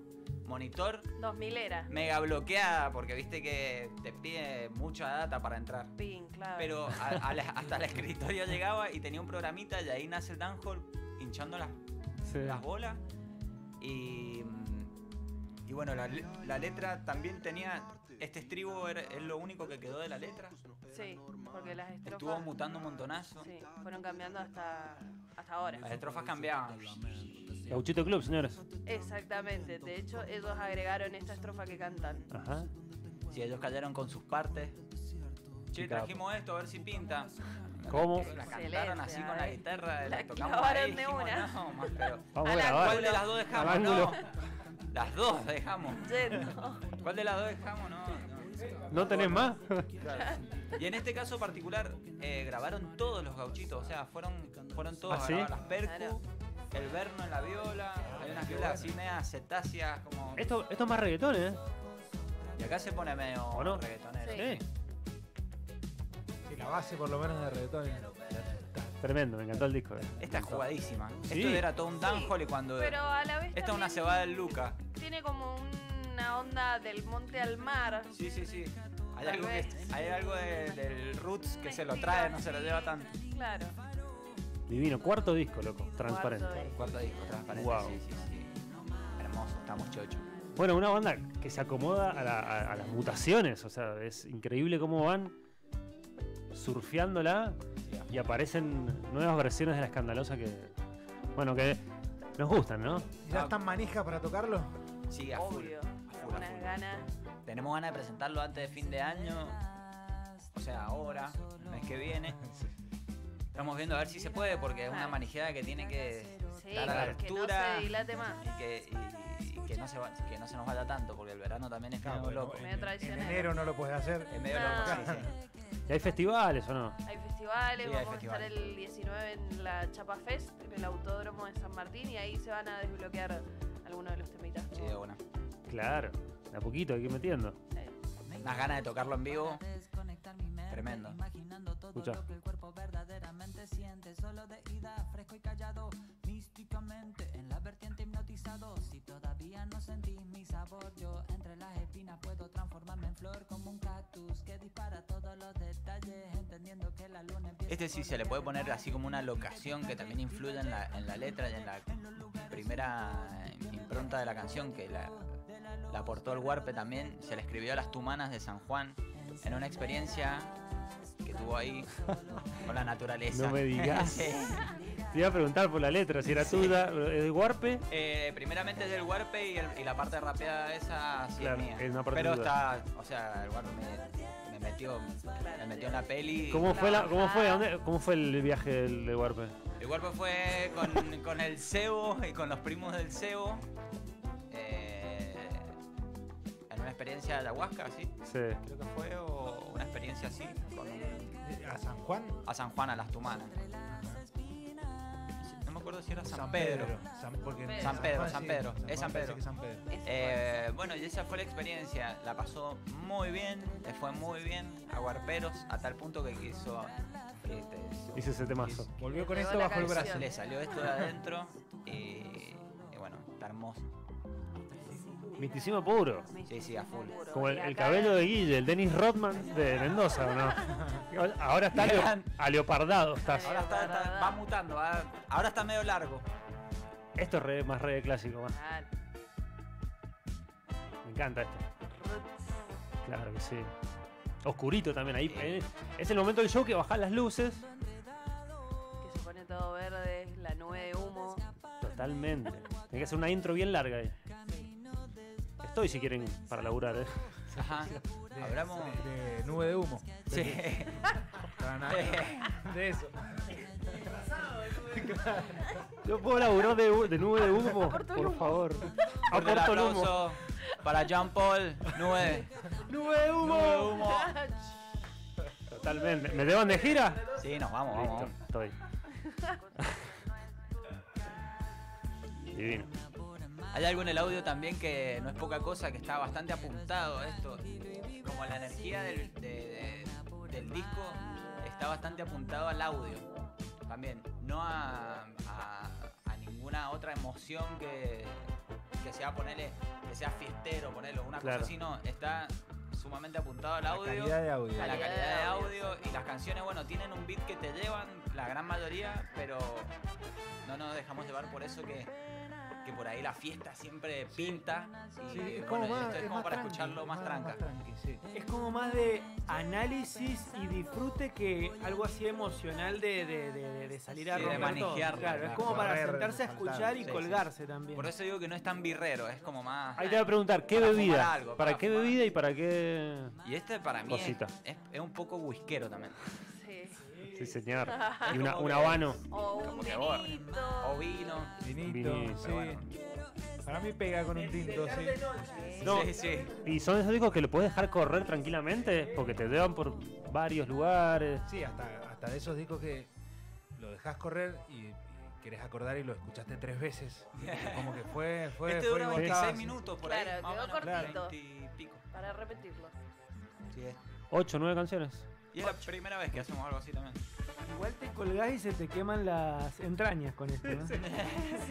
Speaker 4: monitor,
Speaker 9: 2000 era.
Speaker 4: mega bloqueada, porque viste que te pide mucha data para entrar.
Speaker 9: Pin, claro.
Speaker 4: Pero a- a la- hasta la escritorio llegaba y tenía un programita y ahí nace el Danhall hinchando las las bolas. Y, mm, y bueno, la, le- la letra también tenía. Este estribo era- es lo único que quedó de la letra.
Speaker 9: Sí, porque las
Speaker 4: Estuvo
Speaker 9: estrofas.
Speaker 4: mutando un montonazo.
Speaker 9: Sí, fueron cambiando hasta, hasta ahora.
Speaker 4: Las estrofas cambiaban.
Speaker 1: Gauchito Club, señores.
Speaker 9: Exactamente. De hecho, ellos agregaron esta estrofa que cantan.
Speaker 1: Ajá.
Speaker 4: Si ellos cayeron con sus partes. Che,
Speaker 1: Qué capo.
Speaker 4: trajimos esto, a ver si pinta.
Speaker 1: ¿Cómo?
Speaker 4: La cantaron así
Speaker 9: Excelente,
Speaker 4: con la
Speaker 9: ¿eh?
Speaker 4: guitarra,
Speaker 9: La
Speaker 4: la tocamos ahí,
Speaker 9: clavaron de
Speaker 4: dijimos,
Speaker 9: una.
Speaker 4: "No, más, pero
Speaker 1: Vamos a
Speaker 9: Al
Speaker 1: grabar.
Speaker 4: ¿Cuál de las dos dejamos?
Speaker 1: Al
Speaker 4: No.
Speaker 1: ángulo.
Speaker 4: Las dos dejamos.
Speaker 9: Yendo.
Speaker 4: ¿Cuál de las dos dejamos? No, no.
Speaker 1: ¿No tenés más?
Speaker 4: Y en este caso particular eh, grabaron todos los gauchitos, o sea, fueron, fueron todos
Speaker 1: ¿Ah, sí? Ah,
Speaker 4: grabaron las percu,
Speaker 9: Claro.
Speaker 4: el verno en la viola, hay unas violas así medias cetáceas, como.
Speaker 1: esto, esto es más reggaetón, ¿eh?
Speaker 4: Y acá se pone medio
Speaker 1: ¿O no?
Speaker 4: reggaetonero.
Speaker 9: Sí.
Speaker 1: Eh,
Speaker 3: Sí, la base por lo menos de reggaetón.
Speaker 1: Tremendo, me encantó el disco. eh.
Speaker 4: Esta es jugadísima.
Speaker 1: Sí.
Speaker 4: Esto era todo un danjole cuando.
Speaker 9: Pero a la vez.
Speaker 4: Esta es una
Speaker 9: también
Speaker 4: cebada del Luca.
Speaker 9: Tiene como una onda del monte al mar.
Speaker 4: Sí, sí, sí. Hay
Speaker 9: Tal
Speaker 4: algo, que-
Speaker 9: vez.
Speaker 4: hay algo de- del Roots que
Speaker 9: Un
Speaker 4: se lo
Speaker 9: estilo
Speaker 4: trae, no se lo
Speaker 9: así,
Speaker 4: lleva tanto.
Speaker 9: Claro.
Speaker 1: Divino, cuarto disco, loco. Transparente.
Speaker 9: Cuarto disco.
Speaker 4: Cuarto disco, transparente.
Speaker 1: Wow.
Speaker 4: Sí, sí, sí. Hermoso, estamos chocho.
Speaker 1: Bueno, una banda que se acomoda a, la- a- a las mutaciones, o sea, es increíble cómo van surfeándola y aparecen nuevas versiones de la escandalosa que, bueno, que nos gustan, ¿no?
Speaker 3: ¿Ya están manijas para tocarlo?
Speaker 4: Sí, a full.
Speaker 9: Obvio.
Speaker 4: a full, a
Speaker 9: Unas
Speaker 4: full.
Speaker 9: ganas.
Speaker 4: Tenemos ganas de presentarlo antes de fin de año. O sea, ahora, el mes que viene. Estamos viendo a ver si se puede, porque es una
Speaker 9: Claro.
Speaker 4: manijeada que tiene que
Speaker 9: Sí,
Speaker 4: estar a la
Speaker 9: que no se
Speaker 4: altura y
Speaker 9: dilate más.
Speaker 4: que, y- y que no se va- que no se nos vaya tanto, porque el verano también
Speaker 3: Ah,
Speaker 4: es medio loco.
Speaker 3: en,
Speaker 9: Me traicioné.
Speaker 3: en enero no lo puedes hacer.
Speaker 4: Es medio
Speaker 9: No.
Speaker 4: loco, sí, sí.
Speaker 1: ¿Y hay festivales o no?
Speaker 9: Hay festivales,
Speaker 4: Sí, hay
Speaker 9: vamos a estar
Speaker 4: festivales.
Speaker 9: el 19 en la Chapa Fest, en el Autódromo de San Martín, y ahí se van a desbloquear algunos de los temitas.
Speaker 4: Sí, de una.
Speaker 1: Claro, de a poquito hay que ir metiendo.
Speaker 4: Unas ganas de tocarlo en vivo. Tremendo.
Speaker 1: Escucha.
Speaker 4: Este sí se le puede poner así como una locación que también influye en la, en la letra y en la primera impronta de la canción que la, la aportó el Huarpe también. Se le escribió a las Tumanas de San Juan en una experiencia que tuvo ahí con la naturaleza.
Speaker 1: No me digas.
Speaker 4: Sí.
Speaker 1: Te iba a preguntar por la letra, si era tuya, es de Guarpe.
Speaker 4: Eh, primeramente es del Huarpe y, el- y la parte rapeada esa sí
Speaker 1: Claro,
Speaker 4: es mía.
Speaker 1: es una parte
Speaker 4: Pero
Speaker 1: tuya.
Speaker 4: está, o sea, el Huarpe me, me metió, me metió en la peli.
Speaker 1: ¿Cómo fue, la, cómo fue, ¿A dónde- cómo fue el viaje del, de Guarpe?
Speaker 4: El cuerpo fue con, con el cebo y con los primos del cebo. eh, en una experiencia de ayahuasca, ¿sí?
Speaker 1: Sí.
Speaker 4: Creo que fue, o una experiencia así, con un-
Speaker 3: ¿A San Juan?
Speaker 4: a San Juan, a las Tumanas. No me acuerdo si era San, Pedro.
Speaker 3: San, porque en
Speaker 9: Pedro.
Speaker 4: San Pedro, San
Speaker 3: sí,
Speaker 4: Pedro, es San
Speaker 3: parece
Speaker 4: Pedro.
Speaker 3: que es San Pedro.
Speaker 4: Eh, bueno, y esa fue la experiencia. La pasó muy bien, le fue muy bien a Guarperos, a tal punto que quiso. este,
Speaker 1: Hice ese temazo.
Speaker 3: Volvió con
Speaker 9: Pegó
Speaker 3: esto
Speaker 9: la
Speaker 3: bajo el
Speaker 9: canción.
Speaker 3: brazo.
Speaker 4: le salió esto de adentro y, y bueno, está hermoso.
Speaker 1: Misticismo puro.
Speaker 4: Sí, sí, a full.
Speaker 1: Como el, el cabello de Guille, el Dennis Rodman de Mendoza, ¿o no? Ahora está leo-
Speaker 4: Gran.
Speaker 1: aleopardado. Estás.
Speaker 4: Ahora está, está- va mutando, va- ahora está medio largo.
Speaker 1: Esto es re- más re clásico, más.
Speaker 9: Claro.
Speaker 1: Me encanta esto. Claro que sí. Oscurito también ahí. eh, Es el momento del show que bajan las luces.
Speaker 9: Que se pone todo verde, la nube de humo.
Speaker 1: Totalmente. Tiene que hacer una intro bien larga ahí. Estoy si quieren para laburar, ¿eh?
Speaker 4: Ajá. Hablamos.
Speaker 3: De nube de humo.
Speaker 4: Sí.
Speaker 3: Para nada. De eso.
Speaker 1: Yo puedo laburar de, hu- de nube de humo,
Speaker 9: Aporto el
Speaker 1: por
Speaker 9: humo.
Speaker 1: favor.
Speaker 4: Fuerte el
Speaker 1: Aporto el humo.
Speaker 4: aplauso para Jean Paul. Nube.
Speaker 1: ¡Nube de
Speaker 4: Nube humo.
Speaker 1: Totalmente. ¿Me deban de gira?
Speaker 4: Sí, nos vamos,
Speaker 1: Listo,
Speaker 4: vamos.
Speaker 1: estoy. Divino.
Speaker 4: Hay algo en el audio también que no es poca cosa, que está bastante apuntado a esto. Como la energía del, de- de- del disco está bastante apuntado al audio. También, no a, a- a ninguna otra emoción que, que sea ponerle, que sea fiestero, ponerlo, una
Speaker 1: Claro.
Speaker 4: cosa así, no, está sumamente apuntado al
Speaker 3: La
Speaker 4: audio.
Speaker 3: calidad de audio.
Speaker 4: A la
Speaker 9: Calidad
Speaker 4: calidad de
Speaker 9: de
Speaker 4: audio y las canciones, bueno, tienen un beat que te llevan, la gran mayoría, pero no nos dejamos llevar por eso que, que por ahí la fiesta siempre pinta. Y
Speaker 3: Sí, es
Speaker 4: bueno,
Speaker 3: como más-
Speaker 4: esto es
Speaker 3: es
Speaker 4: como
Speaker 3: más
Speaker 4: para
Speaker 3: tranqui,
Speaker 4: escucharlo más tranca.
Speaker 3: tranqui, sí.
Speaker 8: Es como más de análisis y disfrute que algo así emocional de, de- de- de salir a
Speaker 4: Sí, de
Speaker 8: romper todo.
Speaker 4: manejearla,
Speaker 8: Claro, es
Speaker 3: claro,
Speaker 8: como para
Speaker 3: correr,
Speaker 8: sentarse a
Speaker 3: saltar.
Speaker 8: escuchar y
Speaker 4: Sí, sí.
Speaker 8: colgarse también.
Speaker 4: Por eso digo que no es tan birrero, es como más.
Speaker 1: Ahí te voy a preguntar, ¿qué
Speaker 4: Para fumar
Speaker 1: bebida?
Speaker 4: algo,
Speaker 1: ¿Para,
Speaker 4: para
Speaker 1: qué
Speaker 4: fumar.
Speaker 1: bebida y para qué...?
Speaker 4: Y este para mí es,
Speaker 1: Cosita.
Speaker 4: es- es un poco whiskero también.
Speaker 9: Sí.
Speaker 1: Sí, señor. Y
Speaker 4: Es
Speaker 1: una-
Speaker 4: como
Speaker 1: un
Speaker 4: que-
Speaker 1: habano.
Speaker 9: O un
Speaker 4: Como que borra.
Speaker 9: vinito.
Speaker 4: O vino.
Speaker 3: Vinito,
Speaker 1: Vinito,
Speaker 3: sí.
Speaker 4: pero bueno.
Speaker 3: Para mí pega con un tinto, sí.
Speaker 1: No.
Speaker 4: Sí, sí.
Speaker 1: Y son esos discos que lo puedes dejar correr tranquilamente porque te llevan por varios lugares.
Speaker 3: Sí, hasta, hasta de esos discos que lo dejas correr y, y querés acordar y lo escuchaste tres veces. Como que fue, fue,
Speaker 4: Este
Speaker 3: fue
Speaker 4: dura
Speaker 3: y vos
Speaker 4: 26
Speaker 3: estabas-
Speaker 4: minutos por
Speaker 9: Claro,
Speaker 4: ahí. más o
Speaker 9: quedó
Speaker 4: menos,
Speaker 9: cortito.
Speaker 4: 20 y pico.
Speaker 9: Para repetirlo.
Speaker 4: Sí, es.
Speaker 1: Ocho, nueve canciones.
Speaker 4: Y es la primera vez que hacemos algo así también.
Speaker 8: Igual te colgás y se te queman las entrañas con esto, ¿no?
Speaker 9: Sí.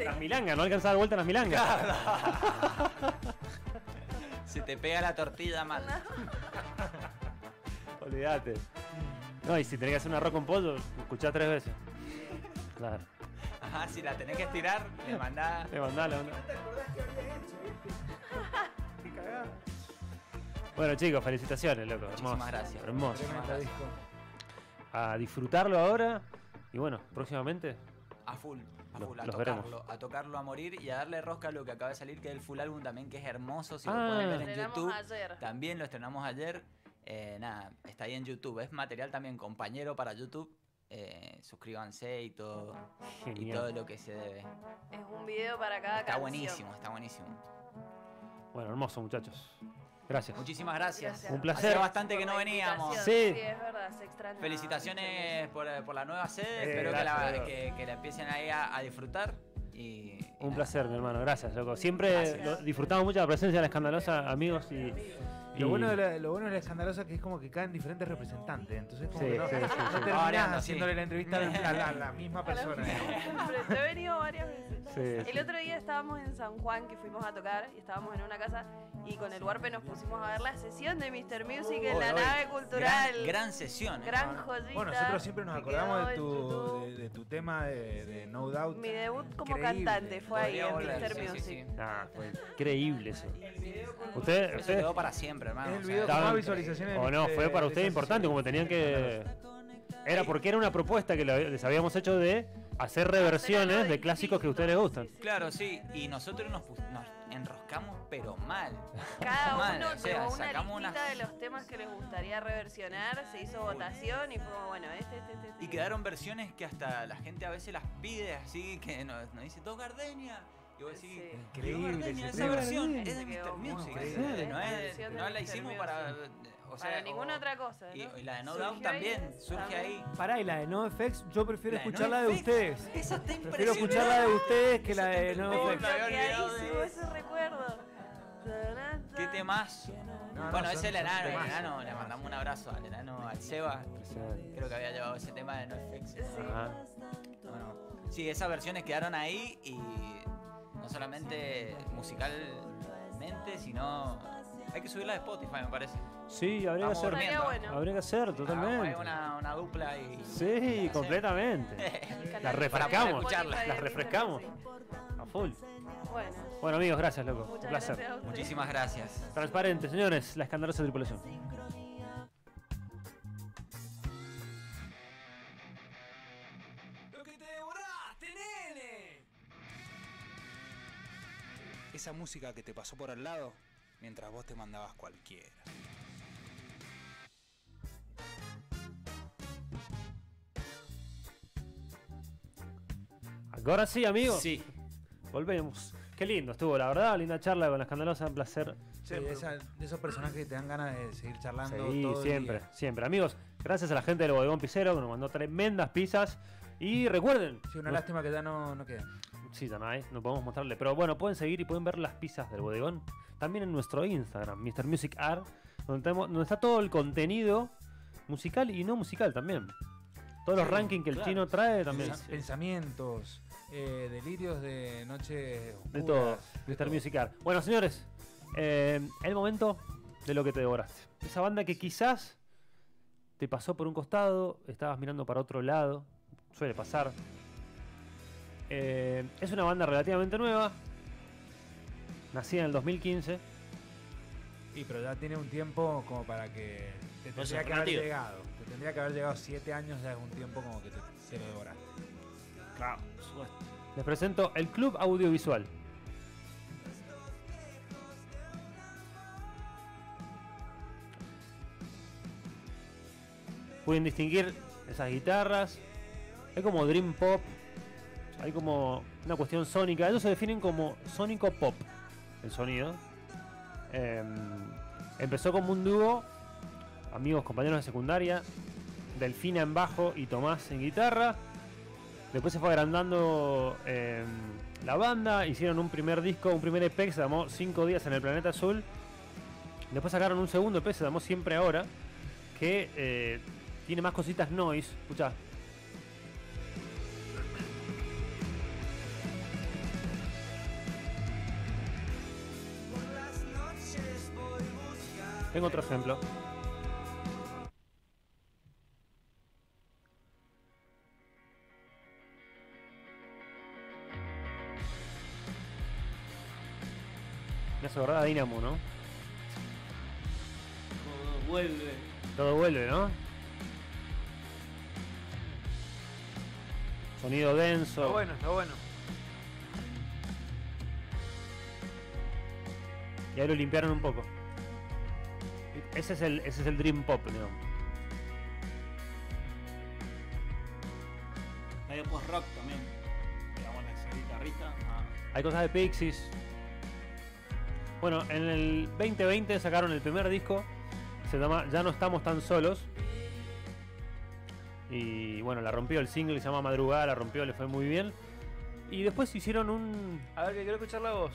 Speaker 1: Las milangas, no alcanzaba la vuelta en las milangas.
Speaker 4: Se te pega la tortilla mal.
Speaker 1: Olvídate. No, y si tenés que hacer un arroz con pollo, escuchás tres veces. Claro.
Speaker 4: Ajá, si la tenés que estirar, le mandás.
Speaker 1: Le mandá, le mandá. Bueno chicos, felicitaciones, loco. Hermoso.
Speaker 4: Muchísimas gracias.
Speaker 1: Hermoso.
Speaker 3: Tremendo disco.
Speaker 1: A disfrutarlo ahora. Y bueno, próximamente.
Speaker 4: A full, a
Speaker 1: Los-
Speaker 4: full, a
Speaker 1: los veremos.
Speaker 4: tocarlo, a tocarlo a morir y a darle rosca a lo que acaba de salir, que es el full álbum también, que es hermoso, si
Speaker 1: Ah.
Speaker 4: lo pueden ver en
Speaker 9: Estrenamos
Speaker 4: YouTube.
Speaker 9: ayer.
Speaker 4: También lo estrenamos ayer. Eh, nada, está ahí en YouTube. Es material también compañero para YouTube. Eh, suscríbanse y todo, y todo
Speaker 1: Genial.
Speaker 4: lo que se debe. Está
Speaker 9: Es un video para cada canción.
Speaker 4: buenísimo, está buenísimo.
Speaker 1: Bueno, hermoso muchachos. Gracias.
Speaker 4: Muchísimas gracias.
Speaker 9: Gracias.
Speaker 1: Un placer.
Speaker 4: Hacía bastante que no
Speaker 9: Por la
Speaker 4: veníamos.
Speaker 9: invitación.
Speaker 1: Sí.
Speaker 9: Sí, es verdad, se extraña.
Speaker 4: Felicitaciones por, por la nueva sede.
Speaker 1: Eh,
Speaker 4: Espero que la,
Speaker 1: gracias.
Speaker 4: que- que la empiecen ahí a, a disfrutar. Y, y
Speaker 1: Un
Speaker 4: nada.
Speaker 1: placer, mi hermano. Gracias, loco. Siempre
Speaker 4: Gracias.
Speaker 1: lo- disfrutamos mucho la presencia de la escandalosa, amigos. Y, y-
Speaker 3: Lo bueno, de la, lo bueno de la escandalosa es que es como que caen diferentes representantes. Entonces, como
Speaker 1: Sí,
Speaker 3: que no,
Speaker 1: sí, sí,
Speaker 3: no
Speaker 1: sí.
Speaker 3: terminás
Speaker 4: Variando, sí.
Speaker 3: haciéndole la entrevista a la, a la misma persona.
Speaker 9: Siempre, Te he venido varias veces.
Speaker 1: Sí, sí.
Speaker 9: El otro día estábamos en San Juan que fuimos a tocar y estábamos en una casa y con el Warpe nos pusimos a ver la sesión de Mr. Music en
Speaker 4: Hoy,
Speaker 9: la
Speaker 4: hoy.
Speaker 9: nave
Speaker 4: Gran,
Speaker 9: cultural.
Speaker 4: gran sesión. ¿eh?
Speaker 9: Gran joyita.
Speaker 3: Bueno, nosotros siempre nos
Speaker 9: que
Speaker 3: acordamos
Speaker 9: quedó
Speaker 3: de
Speaker 9: en
Speaker 3: tu,
Speaker 9: YouTube.
Speaker 3: de, de tu tema de, de No Doubt.
Speaker 9: Mi debut como
Speaker 3: Increíble.
Speaker 9: cantante fue ahí
Speaker 4: Podría
Speaker 9: en
Speaker 4: volver,
Speaker 9: Mr.
Speaker 4: sí, sí,
Speaker 9: Music.
Speaker 4: sí.
Speaker 1: Nah, Ah, fue increíble eso. Ustedes,
Speaker 4: Eso
Speaker 1: ustedes-
Speaker 4: quedó para siempre, hermano.
Speaker 3: Es el
Speaker 4: Ah, o sea,
Speaker 3: video con más
Speaker 1: Estaban-
Speaker 3: visualizaciones.
Speaker 1: o no,
Speaker 3: de-
Speaker 1: fue para
Speaker 3: de
Speaker 1: ustedes
Speaker 3: esa
Speaker 1: importante, como
Speaker 3: sesión.
Speaker 1: tenían que. Era porque era una propuesta que le- les habíamos hecho de hacer reversiones de clásicos que a ustedes les gustan.
Speaker 4: Claro, sí. Y nosotros nos, pus- nos enroscamos, pero mal.
Speaker 9: Cada
Speaker 4: Madre,
Speaker 9: uno
Speaker 4: o sea,
Speaker 9: llevó una listita
Speaker 4: sacamos una-
Speaker 9: de los temas que les gustaría reversionar, se hizo votación y fue como, bueno, este, este, este. este.
Speaker 4: Y quedaron versiones que hasta la gente a veces las pide, así que nos, nos dice, dos Gardenia. Y vos decís,
Speaker 9: Sí.
Speaker 3: Increíble
Speaker 4: "Dos Gardenia,
Speaker 3: ese
Speaker 4: esa
Speaker 3: tema".
Speaker 4: versión es
Speaker 9: Ese
Speaker 4: de
Speaker 9: quedó
Speaker 4: Mr.
Speaker 9: muy
Speaker 4: Music.
Speaker 3: bueno.
Speaker 4: o sea,
Speaker 3: Sí.
Speaker 4: no, es-
Speaker 9: La versión de
Speaker 4: no la
Speaker 9: Mr.
Speaker 4: hicimos
Speaker 9: Music.
Speaker 4: para. O sea,
Speaker 9: Para
Speaker 4: o-
Speaker 9: ninguna otra cosa.
Speaker 4: Y,
Speaker 9: ¿no?
Speaker 4: y la de No
Speaker 9: Surgió
Speaker 4: Doubt
Speaker 9: ahí,
Speaker 4: también, surge
Speaker 9: también.
Speaker 4: ahí.
Speaker 8: Pará, y la de NoFX, yo prefiero
Speaker 4: La de
Speaker 8: escuchar la de
Speaker 4: NoFX.
Speaker 8: ustedes.
Speaker 4: Esa está
Speaker 8: Prefiero escuchar la de ustedes que la de
Speaker 4: No,
Speaker 9: Oh,
Speaker 4: me
Speaker 8: NoFX.
Speaker 4: había olvidado
Speaker 9: bloqueadísimo
Speaker 4: de
Speaker 9: ese recuerdo.
Speaker 4: ¿Qué temas?
Speaker 3: No, no,
Speaker 4: bueno,
Speaker 3: son-
Speaker 4: ese es el
Speaker 3: son
Speaker 4: enano, el
Speaker 3: temas.
Speaker 4: enano, le mandamos un abrazo al enano, al Seba. Creo que había llevado ese tema de NoFX.
Speaker 1: Ajá.
Speaker 4: Bueno, sí, esas versiones quedaron ahí y no solamente musicalmente, sino hay que subirla a Spotify, me parece.
Speaker 1: Sí, habría que
Speaker 4: Vamos
Speaker 1: hacer.
Speaker 9: Estaría
Speaker 4: durmiendo.
Speaker 9: bueno.
Speaker 1: Habría que hacer,
Speaker 4: Hagamos ahí
Speaker 1: totalmente.
Speaker 4: una, una dupla y.
Speaker 1: Ah, Sí, completamente. La refrescamos,
Speaker 9: escucharla,
Speaker 1: la refrescamos. A full.
Speaker 9: Bueno,
Speaker 1: Bueno, amigos, gracias, loco. Un
Speaker 9: muchas
Speaker 1: placer.
Speaker 9: gracias a ustedes.
Speaker 4: Muchísimas gracias.
Speaker 1: Transparente, señores, la escandalosa tripulación.
Speaker 10: Esa música que te pasó por al lado mientras vos te mandabas cualquiera.
Speaker 1: Ahora sí, amigos.
Speaker 10: Sí.
Speaker 1: Volvemos. Qué lindo estuvo, la verdad. Linda charla con la escandalosa. Un placer.
Speaker 3: Sí, de, esa- de esos personajes que te dan ganas de seguir charlando.
Speaker 1: Sí,
Speaker 3: todo el
Speaker 1: siempre,
Speaker 3: día.
Speaker 1: siempre. Amigos, gracias a la gente del Bodegón Picero que nos mandó tremendas pizzas. Y recuerden.
Speaker 3: Sí, una
Speaker 1: nos-
Speaker 3: lástima que ya no, no queda.
Speaker 1: Sí, ya no hay, no podemos mostrarle. Pero bueno, pueden seguir y pueden ver las pizzas del bodegón. También en nuestro Instagram, Mr. Music Art, donde, tenemos- donde está todo el contenido musical y no musical también. Todos los
Speaker 2: Sí,
Speaker 1: rankings que el
Speaker 2: claro.
Speaker 1: chino trae también.
Speaker 3: Pensa- Pensamientos, eh, delirios de noches
Speaker 1: De
Speaker 3: oscuras,
Speaker 1: todo,
Speaker 3: de
Speaker 1: Mr.
Speaker 3: todo.
Speaker 1: Music Art. Bueno, señores, eh, el momento de lo que te devoraste. Esa banda que quizás te pasó por un costado, estabas mirando para otro lado, suele pasar. Eh, es una banda relativamente nueva, nacida en el 2015.
Speaker 3: Y pero ya tiene un tiempo como para que te
Speaker 2: No sé,
Speaker 3: tendría que haber
Speaker 2: relativo.
Speaker 3: llegado. Te tendría que haber llegado siete años ya es un tiempo como que te, te lo devoraste.
Speaker 1: Les presento el Club Audiovisual. Pueden distinguir esas guitarras. Hay como Dream Pop. Hay como una cuestión sónica. Ellos se definen como sónico pop. El sonido. Em, empezó como un dúo. Amigos, compañeros de secundaria. Delfina en bajo y Tomás en guitarra. Después se fue agrandando eh, la banda, hicieron un primer disco, un primer EP que se llamó 5 días en el planeta azul. Después sacaron un segundo EP, se llamó Siempre Ahora, que eh, tiene más cositas noise. Escucha. Tengo otro ejemplo. Me hace acordar a Dynamo, ¿no?
Speaker 2: Todo vuelve.
Speaker 1: Todo vuelve, ¿no? Sonido denso.
Speaker 4: Está bueno, está bueno.
Speaker 1: Y ahí lo limpiaron un poco. Ese es el, ese es el Dream Pop, digamos.
Speaker 2: Medio post rock también. Digamos, la esa guitarrita. ah,
Speaker 1: Hay cosas de Pixies. Bueno, en el 2020 sacaron el primer disco. Se llama Ya no estamos tan solos. Y bueno, la rompió el single, se llama Madrugada, la rompió, le fue muy bien. Y después hicieron un...
Speaker 4: A ver, que quiero escuchar la voz.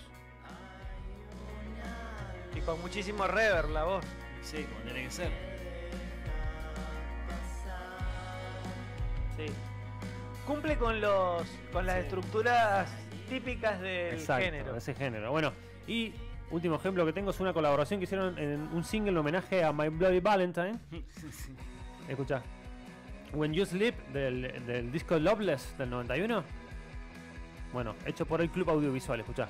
Speaker 4: Y con muchísimo reverb la voz.
Speaker 2: sí, como tiene que ser.
Speaker 4: Sí. Cumple con los con las
Speaker 2: Sí.
Speaker 4: estructuras típicas del
Speaker 1: Exacto,
Speaker 4: género.
Speaker 1: de ese género. Bueno, y último ejemplo que tengo es una colaboración que hicieron en un single en homenaje a My Bloody Valentine. Escucha. When You Sleep del, del disco Loveless del 91. Bueno, hecho por el Club Audiovisual, escucha.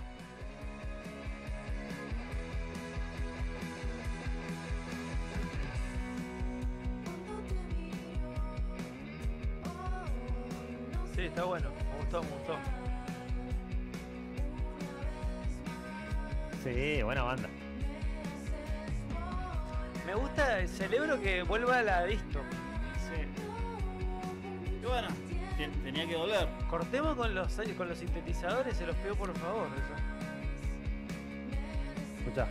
Speaker 4: Sí, está bueno. Me gustó, me gustó.
Speaker 1: Sí, buena banda.
Speaker 4: Me gusta, celebro que vuelva a la disto.
Speaker 2: Sí. Y bueno, te- tenía que doler.
Speaker 4: Cortemos con los con los sintetizadores, se los pido por favor. eso.
Speaker 1: Escucha.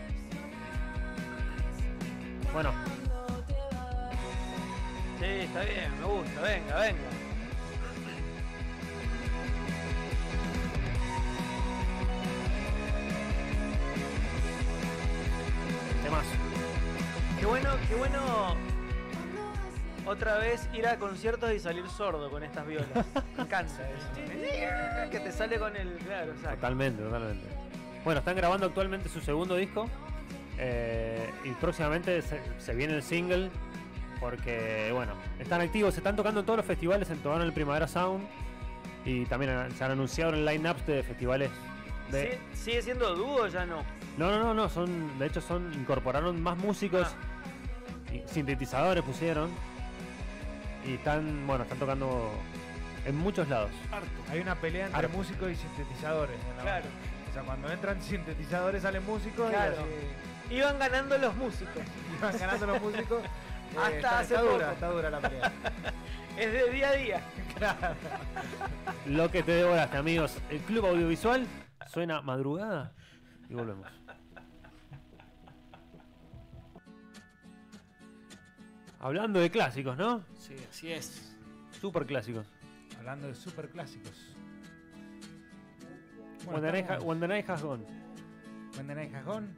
Speaker 1: Bueno,
Speaker 4: Sí, está bien, me gusta, venga, venga.
Speaker 1: temas.
Speaker 4: Qué bueno, qué bueno otra vez ir a conciertos y salir sordo con estas violas. Me encanta eso. Que te sale con el. Claro, exacto.
Speaker 1: Totalmente, totalmente. Bueno, están grabando actualmente su segundo disco. eh, y próximamente se, se viene el single. Porque, bueno, están activos, se están tocando en todos los festivales. En tocaron el Primavera Sound. Y también han- se han anunciado en line-ups de festivales. De...
Speaker 4: Sí, ¿Sigue siendo dúo o ya no?
Speaker 1: No, no, no, no. Son, de hecho, son incorporaron más músicos.
Speaker 4: Ah.
Speaker 1: y sintetizadores pusieron. Y están, bueno, están tocando en muchos lados.
Speaker 3: Hay una pelea entre
Speaker 1: Ahora-
Speaker 3: músicos y sintetizadores. en la
Speaker 4: Claro.
Speaker 3: banda. O sea, cuando entran sintetizadores salen músicos
Speaker 4: Claro.
Speaker 3: y así
Speaker 4: Iban ganando los músicos.
Speaker 3: y van ganando los músicos. Eh,
Speaker 4: Hasta
Speaker 3: está,
Speaker 4: hace
Speaker 3: está
Speaker 4: poco.
Speaker 3: dura, está dura la pelea.
Speaker 4: Es de día a día.
Speaker 1: Lo que te devoraste, amigos. El Club Audiovisual suena madrugada y volvemos. Hablando de clásicos, ¿no?
Speaker 2: Sí, así es.
Speaker 1: Super clásicos.
Speaker 3: hablando de super clásicos.
Speaker 1: When the night ha- When the Night Has Gone.
Speaker 3: Bandana de Jajón.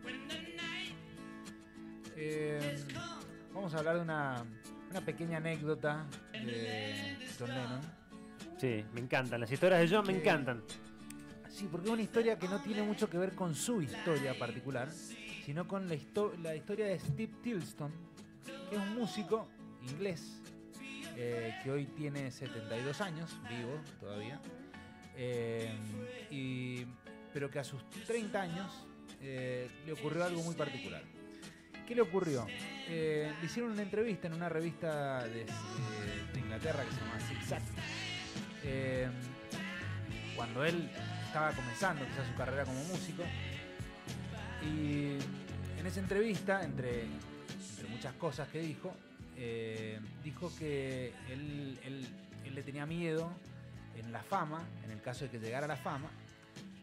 Speaker 3: Eh, vamos a hablar de una, una pequeña anécdota de John Lennon.
Speaker 1: Sí, me encantan. Las historias de John me
Speaker 3: Sí.
Speaker 1: encantan.
Speaker 3: Sí, porque es una historia que no tiene mucho que ver con su historia particular, sino con la, histo- la historia de Steve Tilston, que es un músico inglés eh, que hoy tiene 72 años, vivo todavía, eh, y- pero que a sus 30 años eh, le ocurrió algo muy particular. ¿Qué le ocurrió? Eh, le hicieron una entrevista en una revista de, de- de Inglaterra que se llama Zig Zag. Eh, cuando él estaba comenzando quizás su carrera como músico. Y en esa entrevista, entre, entre muchas cosas que dijo, eh, dijo que él, él- él le tenía miedo en la fama, en el caso de que llegara a la fama,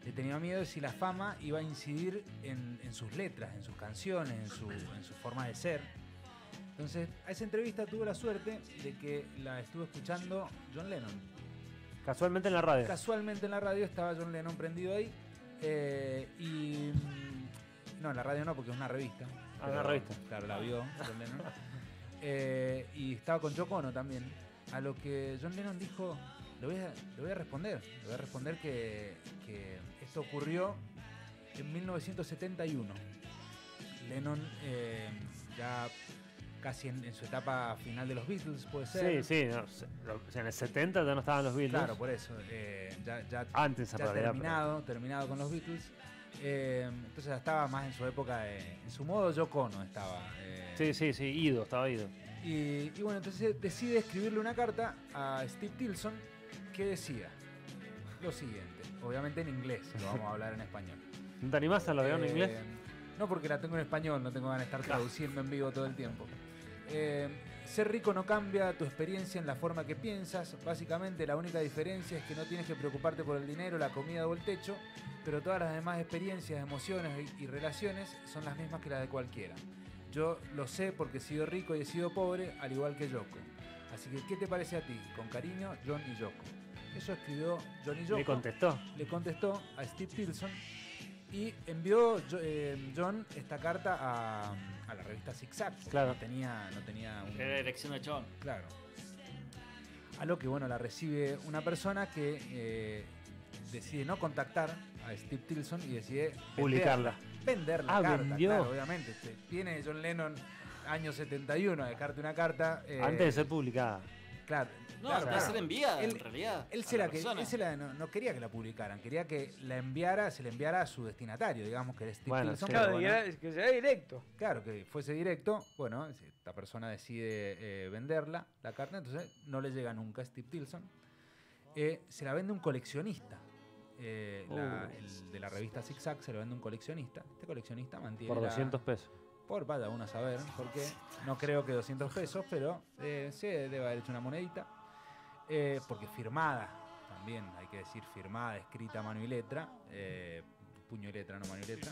Speaker 3: le tenía miedo de si la fama iba a incidir en, en sus letras, en sus canciones, en su, en su forma de ser. Entonces, a esa entrevista tuve la suerte de que la estuvo escuchando John Lennon.
Speaker 1: Casualmente en la radio.
Speaker 3: Casualmente en la radio estaba John Lennon prendido ahí. eh, y. mm, No, en la radio no, porque es una revista.
Speaker 1: Ah, una revista.
Speaker 3: Claro, la vio John Lennon. Eh, y estaba con Chocono también. A lo que John Lennon dijo: Le voy a, le voy a responder. Le voy a responder que, que esto ocurrió en 1971. Lennon eh, ya casi en, en su etapa final de los Beatles, puede
Speaker 1: Sí,
Speaker 3: ser.
Speaker 1: sí. no, se- lo- o sea, en el 70 ya no estaban los Beatles.
Speaker 3: Claro, por eso. eh, ya- ya
Speaker 1: Antes, en
Speaker 3: ya
Speaker 1: realidad. pero-
Speaker 3: terminado, terminado con los Beatles. Eh, entonces ya estaba más en su época, de- en su modo yo cono estaba. eh,
Speaker 1: Sí, sí, sí. Ido, estaba ido.
Speaker 3: y, y bueno, entonces decide escribirle una carta a Steve Tilson que decía lo siguiente, obviamente en inglés, lo vamos a hablar en español.
Speaker 1: ¿No te animás a lo de en
Speaker 3: Eh,
Speaker 1: inglés?
Speaker 3: No, porque la tengo en español, no tengo ganas de estar traduciendo en vivo todo el tiempo. Eh, ser rico no cambia tu experiencia en la forma que piensas. Básicamente la única diferencia es que no tienes que preocuparte por el dinero, la comida o el techo, pero todas las demás experiencias, emociones y, y relaciones son las mismas que las de cualquiera. Yo lo sé porque he sido rico y he sido pobre, al igual que Yoko. Así que, ¿qué te parece a ti? Con cariño, John y Yoko. Eso escribió John y Yoko
Speaker 1: Le contestó.
Speaker 3: le contestó a Steve Tilson y envió Jo- eh, John esta carta a, a la revista Zig Zag. porque
Speaker 1: Claro.
Speaker 3: No tenía, no tenía un-
Speaker 2: Era la dirección de chabón.
Speaker 3: Claro. A lo que, bueno, la recibe una persona que eh, decide no contactar a Steve Tilson y decide
Speaker 1: Publicarla.
Speaker 3: vender- Vender la
Speaker 1: Ah,
Speaker 3: carta,
Speaker 1: vendió.
Speaker 3: claro, obviamente. Te- Viene John Lennon, año 71, a dejarte una carta. eh,
Speaker 1: Antes de ser publicada.
Speaker 3: Claro.
Speaker 2: No,
Speaker 3: claro,
Speaker 2: para
Speaker 3: claro.
Speaker 2: ser enviada
Speaker 3: Él-
Speaker 2: en realidad.
Speaker 3: Él
Speaker 2: a
Speaker 3: se la, que-
Speaker 2: persona.
Speaker 3: él se la- no, no quería que la publicaran, quería que la enviara, se la enviara a su destinatario, digamos que era Steve
Speaker 1: Bueno,
Speaker 3: Tilson.
Speaker 1: sí,
Speaker 3: pero
Speaker 4: Claro,
Speaker 1: bueno.
Speaker 4: y era- que sea directo.
Speaker 3: Claro, que fuese directo. Bueno, esta persona decide eh, venderla, la carta, entonces no le llega nunca a Steve Tilson. Eh, se la vende un coleccionista. Eh, la-
Speaker 1: Oh.
Speaker 3: el de la revista Zig Zag se la vende un coleccionista. Este coleccionista mantiene.
Speaker 1: Por
Speaker 3: la-
Speaker 1: 200 pesos.
Speaker 3: Por vaya uno a saber, porque no creo que 200 pesos, pero eh, se debe haber hecho una monedita. Eh, porque firmada, también hay que decir firmada, escrita a mano y letra. eh, puño y letra, no mano y letra.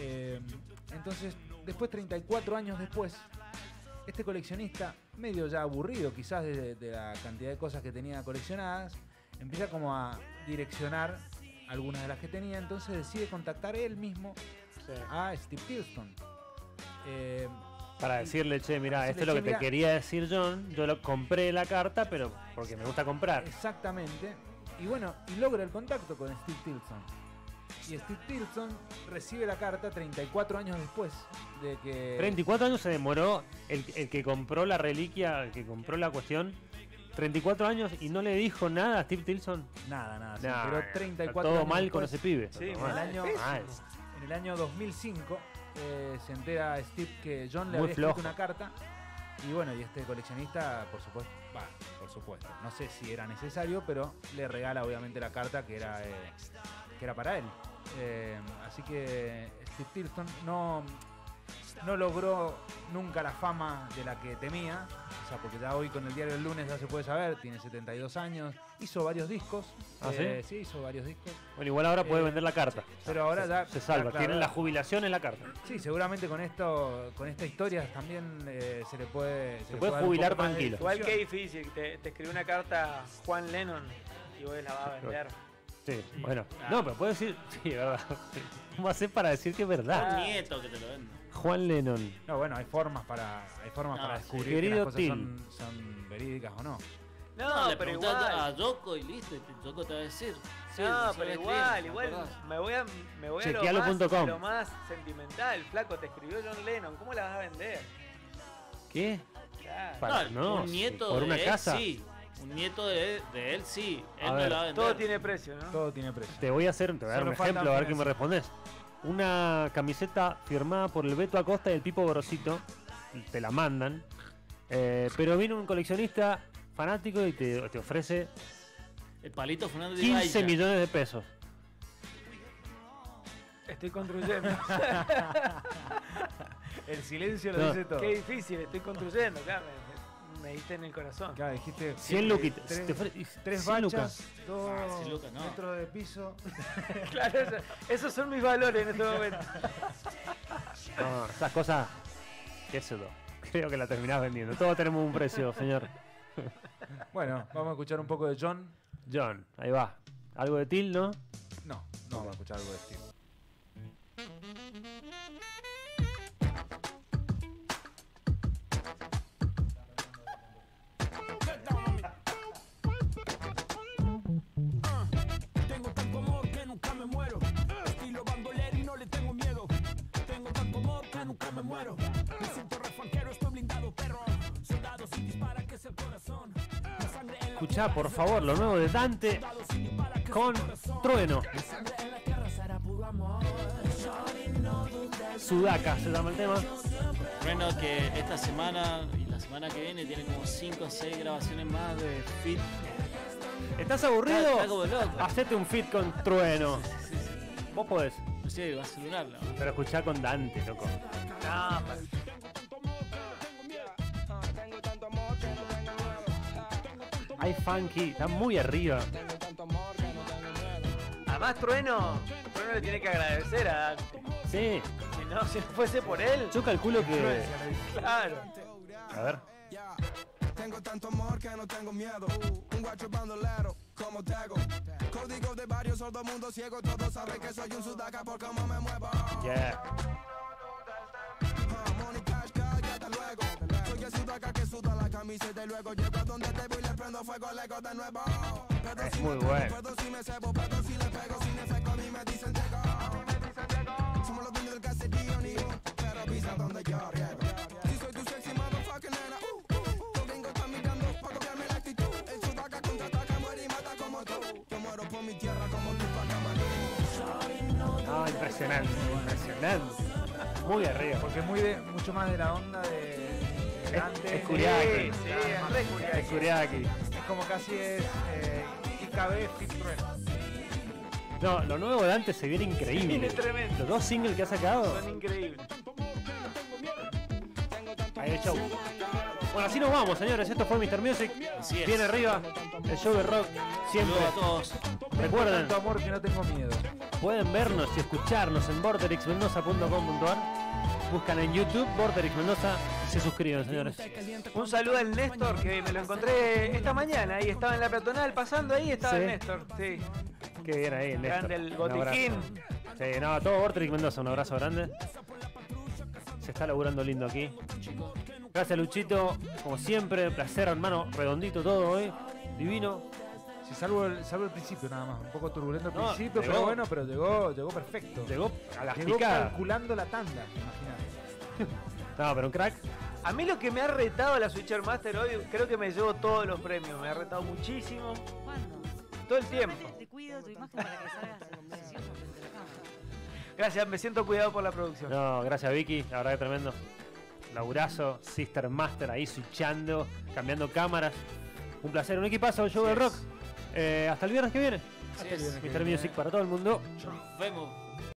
Speaker 3: Eh, entonces, después, 34 años después, este coleccionista, medio ya aburrido quizás de, de la cantidad de cosas que tenía coleccionadas, empieza como a direccionar algunas de las que tenía, entonces decide contactar él mismo a Steve Tilson. Eh,
Speaker 1: Para decirle, che, mirá,
Speaker 3: Decirle,
Speaker 1: esto es lo
Speaker 3: "Che,
Speaker 1: que te
Speaker 3: mirá".
Speaker 1: quería decir John. Yo lo compré la carta, pero porque me gusta comprar.
Speaker 3: exactamente. Y bueno, y logra el contacto con Steve Tilson. Y Steve Tilson recibe la carta 34 años después de que...
Speaker 1: 34 años se demoró el, el que compró la reliquia, el que compró la cuestión. 34 años y no le dijo nada a Steve Tilson.
Speaker 3: Nada, nada. Se
Speaker 1: Nah,
Speaker 3: enteró
Speaker 1: nah,
Speaker 3: 34
Speaker 1: todo
Speaker 3: años
Speaker 1: mal
Speaker 3: después.
Speaker 1: con ese pibe.
Speaker 4: Sí,
Speaker 1: Todo
Speaker 3: En el
Speaker 1: mal.
Speaker 3: año,
Speaker 1: Mal.
Speaker 3: en el año 2005 eh, se entera Steve que John le
Speaker 1: Muy
Speaker 3: había escrito
Speaker 1: flojo.
Speaker 3: una carta. Y bueno, y este coleccionista, por supuesto, va, por supuesto, no sé si era necesario, pero le regala obviamente la carta que era, eh, que era para él. Eh, así que Steve Tilton no, no logró nunca la fama de la que temía, o sea, porque ya hoy con el diario El Lunes ya se puede saber, tiene 72 años, hizo varios discos,
Speaker 1: ¿Ah, sí?
Speaker 3: eh, sí, hizo varios discos,
Speaker 1: Bueno, igual ahora puede
Speaker 3: Eh,
Speaker 1: vender la carta.
Speaker 3: pero ahora
Speaker 1: se,
Speaker 3: ya...
Speaker 1: se salva.
Speaker 3: ya, claro,
Speaker 1: Tienen
Speaker 3: ahora-
Speaker 1: la jubilación en la carta.
Speaker 3: Sí, seguramente con esto, con esta historia también eh, se le puede... Se, le
Speaker 1: puede
Speaker 3: dar un
Speaker 1: jubilar
Speaker 3: poco más de
Speaker 1: tranquilo.
Speaker 4: Igual que
Speaker 3: difusión.
Speaker 4: difícil, te, te escribió una carta Juan Lennon y vos la vas a vender.
Speaker 1: Sí, bueno. No, pero puede decir. Sí, es verdad. ¿Cómo hacer para decir que es
Speaker 2: Un
Speaker 1: verdad?
Speaker 2: nieto que te lo venda.
Speaker 1: Juan Lennon.
Speaker 3: No, bueno, hay formas para, hay formas
Speaker 2: No,
Speaker 3: para
Speaker 2: sí.
Speaker 3: descubrir que
Speaker 1: Querido
Speaker 3: las cosas son, son verídicas o no.
Speaker 4: No,
Speaker 2: le
Speaker 4: pero
Speaker 2: preguntás
Speaker 4: igual.
Speaker 2: a Yoko y listo, y te- Yoko te va a decir. Sí,
Speaker 4: no,
Speaker 2: sí,
Speaker 4: pero
Speaker 2: sí,
Speaker 4: igual,
Speaker 2: ¿te
Speaker 4: igual
Speaker 2: acordás?
Speaker 4: me voy a, me voy a lo,
Speaker 1: Chequealo punto
Speaker 4: más,
Speaker 1: com.
Speaker 4: lo más sentimental, flaco, te escribió John Lennon, ¿cómo la vas a vender?
Speaker 1: ¿Qué?
Speaker 4: Claro.
Speaker 1: Para-
Speaker 2: no,
Speaker 1: no,
Speaker 2: un
Speaker 1: sí,
Speaker 2: nieto
Speaker 1: por
Speaker 2: de
Speaker 1: una
Speaker 2: él
Speaker 1: casa.
Speaker 2: sí. Un nieto de, de él sí. Él
Speaker 1: A
Speaker 2: no
Speaker 1: ver.
Speaker 2: la va a vender.
Speaker 4: Todo tiene precio, ¿no?
Speaker 3: Todo tiene precio.
Speaker 1: Te voy a hacer, te voy a dar
Speaker 3: Solo
Speaker 1: un
Speaker 3: faltan
Speaker 1: ejemplo, a ver qué me
Speaker 3: finanzas.
Speaker 1: respondes. Una camiseta firmada por el Beto Acosta y el Pipo Gorosito, y te la mandan, eh, pero viene un coleccionista fanático y te, te ofrece
Speaker 2: El palito Fernando de
Speaker 1: 15
Speaker 2: Gaia.
Speaker 1: millones de pesos.
Speaker 4: Estoy construyendo.
Speaker 3: El silencio lo
Speaker 1: No.
Speaker 3: dice todo.
Speaker 4: Qué difícil, estoy construyendo, claro. me- Me diste en el corazón.
Speaker 3: Claro, dijiste
Speaker 1: 100
Speaker 3: eh,
Speaker 1: luquitas.
Speaker 3: Tres,
Speaker 1: te ofre-
Speaker 3: tres
Speaker 1: 100
Speaker 3: bachas,
Speaker 1: lucas.
Speaker 3: dos
Speaker 2: Ah, 100 lucas, no.
Speaker 3: metros de piso.
Speaker 4: Claro, eso- esos son mis valores en este momento.
Speaker 1: No, esas cosas, qué sé yo. Creo que la terminás vendiendo. Todos tenemos un precio, señor.
Speaker 3: Bueno, vamos a escuchar un poco de John.
Speaker 1: John, ahí va. Algo de Till, ¿no?
Speaker 3: No, no vamos a escuchar algo de Steve.
Speaker 11: Tengo tanto amor que nunca me muero. Estilo bandolero y no le tengo miedo. Tengo tanto amor que nunca me muero. Me siento refanquero, estoy blindado, perro. Soldado sin dispara, que es el corazón. La sangre en la
Speaker 1: Escuchá, por favor, lo nuevo de Dante
Speaker 11: soldado sin dispara, que es
Speaker 1: con
Speaker 11: el corazón.
Speaker 1: Trueno.
Speaker 11: La sangre en la tierra será puro amor.
Speaker 1: Sudaca se llama el tema.
Speaker 2: Bueno, que esta semana y la semana que viene tiene como 5 o 6 grabaciones más de fit.
Speaker 1: ¿Estás
Speaker 2: Está, está
Speaker 1: aburrido?
Speaker 2: como loco.
Speaker 1: Hacete un fit con Trueno. Vos podés.
Speaker 2: Sí, va a celularlo.
Speaker 1: Pero escuchá con Dante, loco. Hay funky, está muy arriba.
Speaker 4: Además, Trueno, Trueno le tiene que agradecer a Dante.
Speaker 1: Sí,
Speaker 4: Si no, si no fuese por él,
Speaker 1: yo calculo que.
Speaker 4: claro.
Speaker 1: A ver.
Speaker 11: Tengo tanto amor que no tengo miedo. Un guacho bandolero, como tego. Código de varios sordo mundo ciego. Todos saben que soy un sudaca por cómo me muevo.
Speaker 1: Yeah.
Speaker 11: Money, cash, cash, y hasta luego. Soy el sudaca que suda la camiseta y luego llego a donde te voy y le prendo fuego al ego de nuevo. Pero
Speaker 1: Es muy bueno.
Speaker 11: puedo si me cebo, pero si le pego, si me seco, a mí me dicen tego. Somos los dueños del caserío, ni un, pero pisa donde yo riego. Si soy tu sexy motherfucking nena, uh, uh, los gringos están mirando pa' copiarme la actitud. El sudaca contraataca, muere y mata como tú. Yo muero por mi tierra como tú pa'
Speaker 1: No, Ah, impresionante, impresionante. Muy arriba.
Speaker 3: Porque es muy de, mucho más de la onda de, de Dante.
Speaker 1: es curiaki.
Speaker 3: Sí, sí,
Speaker 4: es
Speaker 3: es,
Speaker 4: re
Speaker 3: más-
Speaker 4: curiaki.
Speaker 1: Es Kuriaki.
Speaker 3: es como casi es eh, IKB Fit Trueno.
Speaker 1: No, lo nuevo de Dante se viene increíble.
Speaker 4: Viene tremendo.
Speaker 1: Los dos singles que ha sacado.
Speaker 4: Son increíbles.
Speaker 1: Ahí el show. Bueno, así nos vamos, señores. Esto fue Mr. Music.
Speaker 2: Así es.
Speaker 1: Viene arriba. El show de rock. Siempre.
Speaker 2: Saludos a todos.
Speaker 1: Recuerden,
Speaker 3: Tanto amor que no tengo miedo.
Speaker 1: pueden vernos y escucharnos en borderixmendoza.com.ar. Buscan en YouTube Borderix Mendoza y se suscriben, señores.
Speaker 4: Un saludo al Néstor que me lo encontré esta mañana y estaba en la peatonal pasando ahí estaba
Speaker 1: Sí.
Speaker 4: el Néstor. Sí,
Speaker 1: Qué bien ahí, Néstor.
Speaker 4: grande el
Speaker 1: Un abrazo.
Speaker 4: botiquín.
Speaker 1: Sí, no, a todo Borderix Mendoza. Un abrazo grande. Se está laburando lindo aquí. Gracias, Luchito. Como siempre, placer, hermano. Redondito todo hoy. Divino.
Speaker 3: Si salvo el, salvo el principio nada más, un poco turbulento al
Speaker 1: No,
Speaker 3: principio,
Speaker 1: llegó.
Speaker 3: pero bueno, pero llegó, llegó perfecto.
Speaker 1: Llegó a las
Speaker 3: Llegó
Speaker 1: picadas.
Speaker 3: calculando la tanda, imagínate.
Speaker 1: No, pero un crack.
Speaker 4: A mí lo que me ha retado la Switcher Master hoy, creo que me llevo todos los premios. Me ha retado muchísimo,
Speaker 5: ¿Cuándo?
Speaker 4: todo el
Speaker 5: Solamente
Speaker 4: tiempo.
Speaker 5: Te cuido tu imagen para que salgas precioso frente a la cámara.
Speaker 4: Gracias, me siento cuidado por la producción.
Speaker 1: No, gracias Vicky, la verdad que tremendo. Laburazo, Sister Master ahí switchando, cambiando cámaras. Un placer, un equipazo, show de rock. Eh, hasta el viernes que viene.
Speaker 2: Así es.
Speaker 1: Mr. Music para todo el mundo.
Speaker 2: Nos vemos.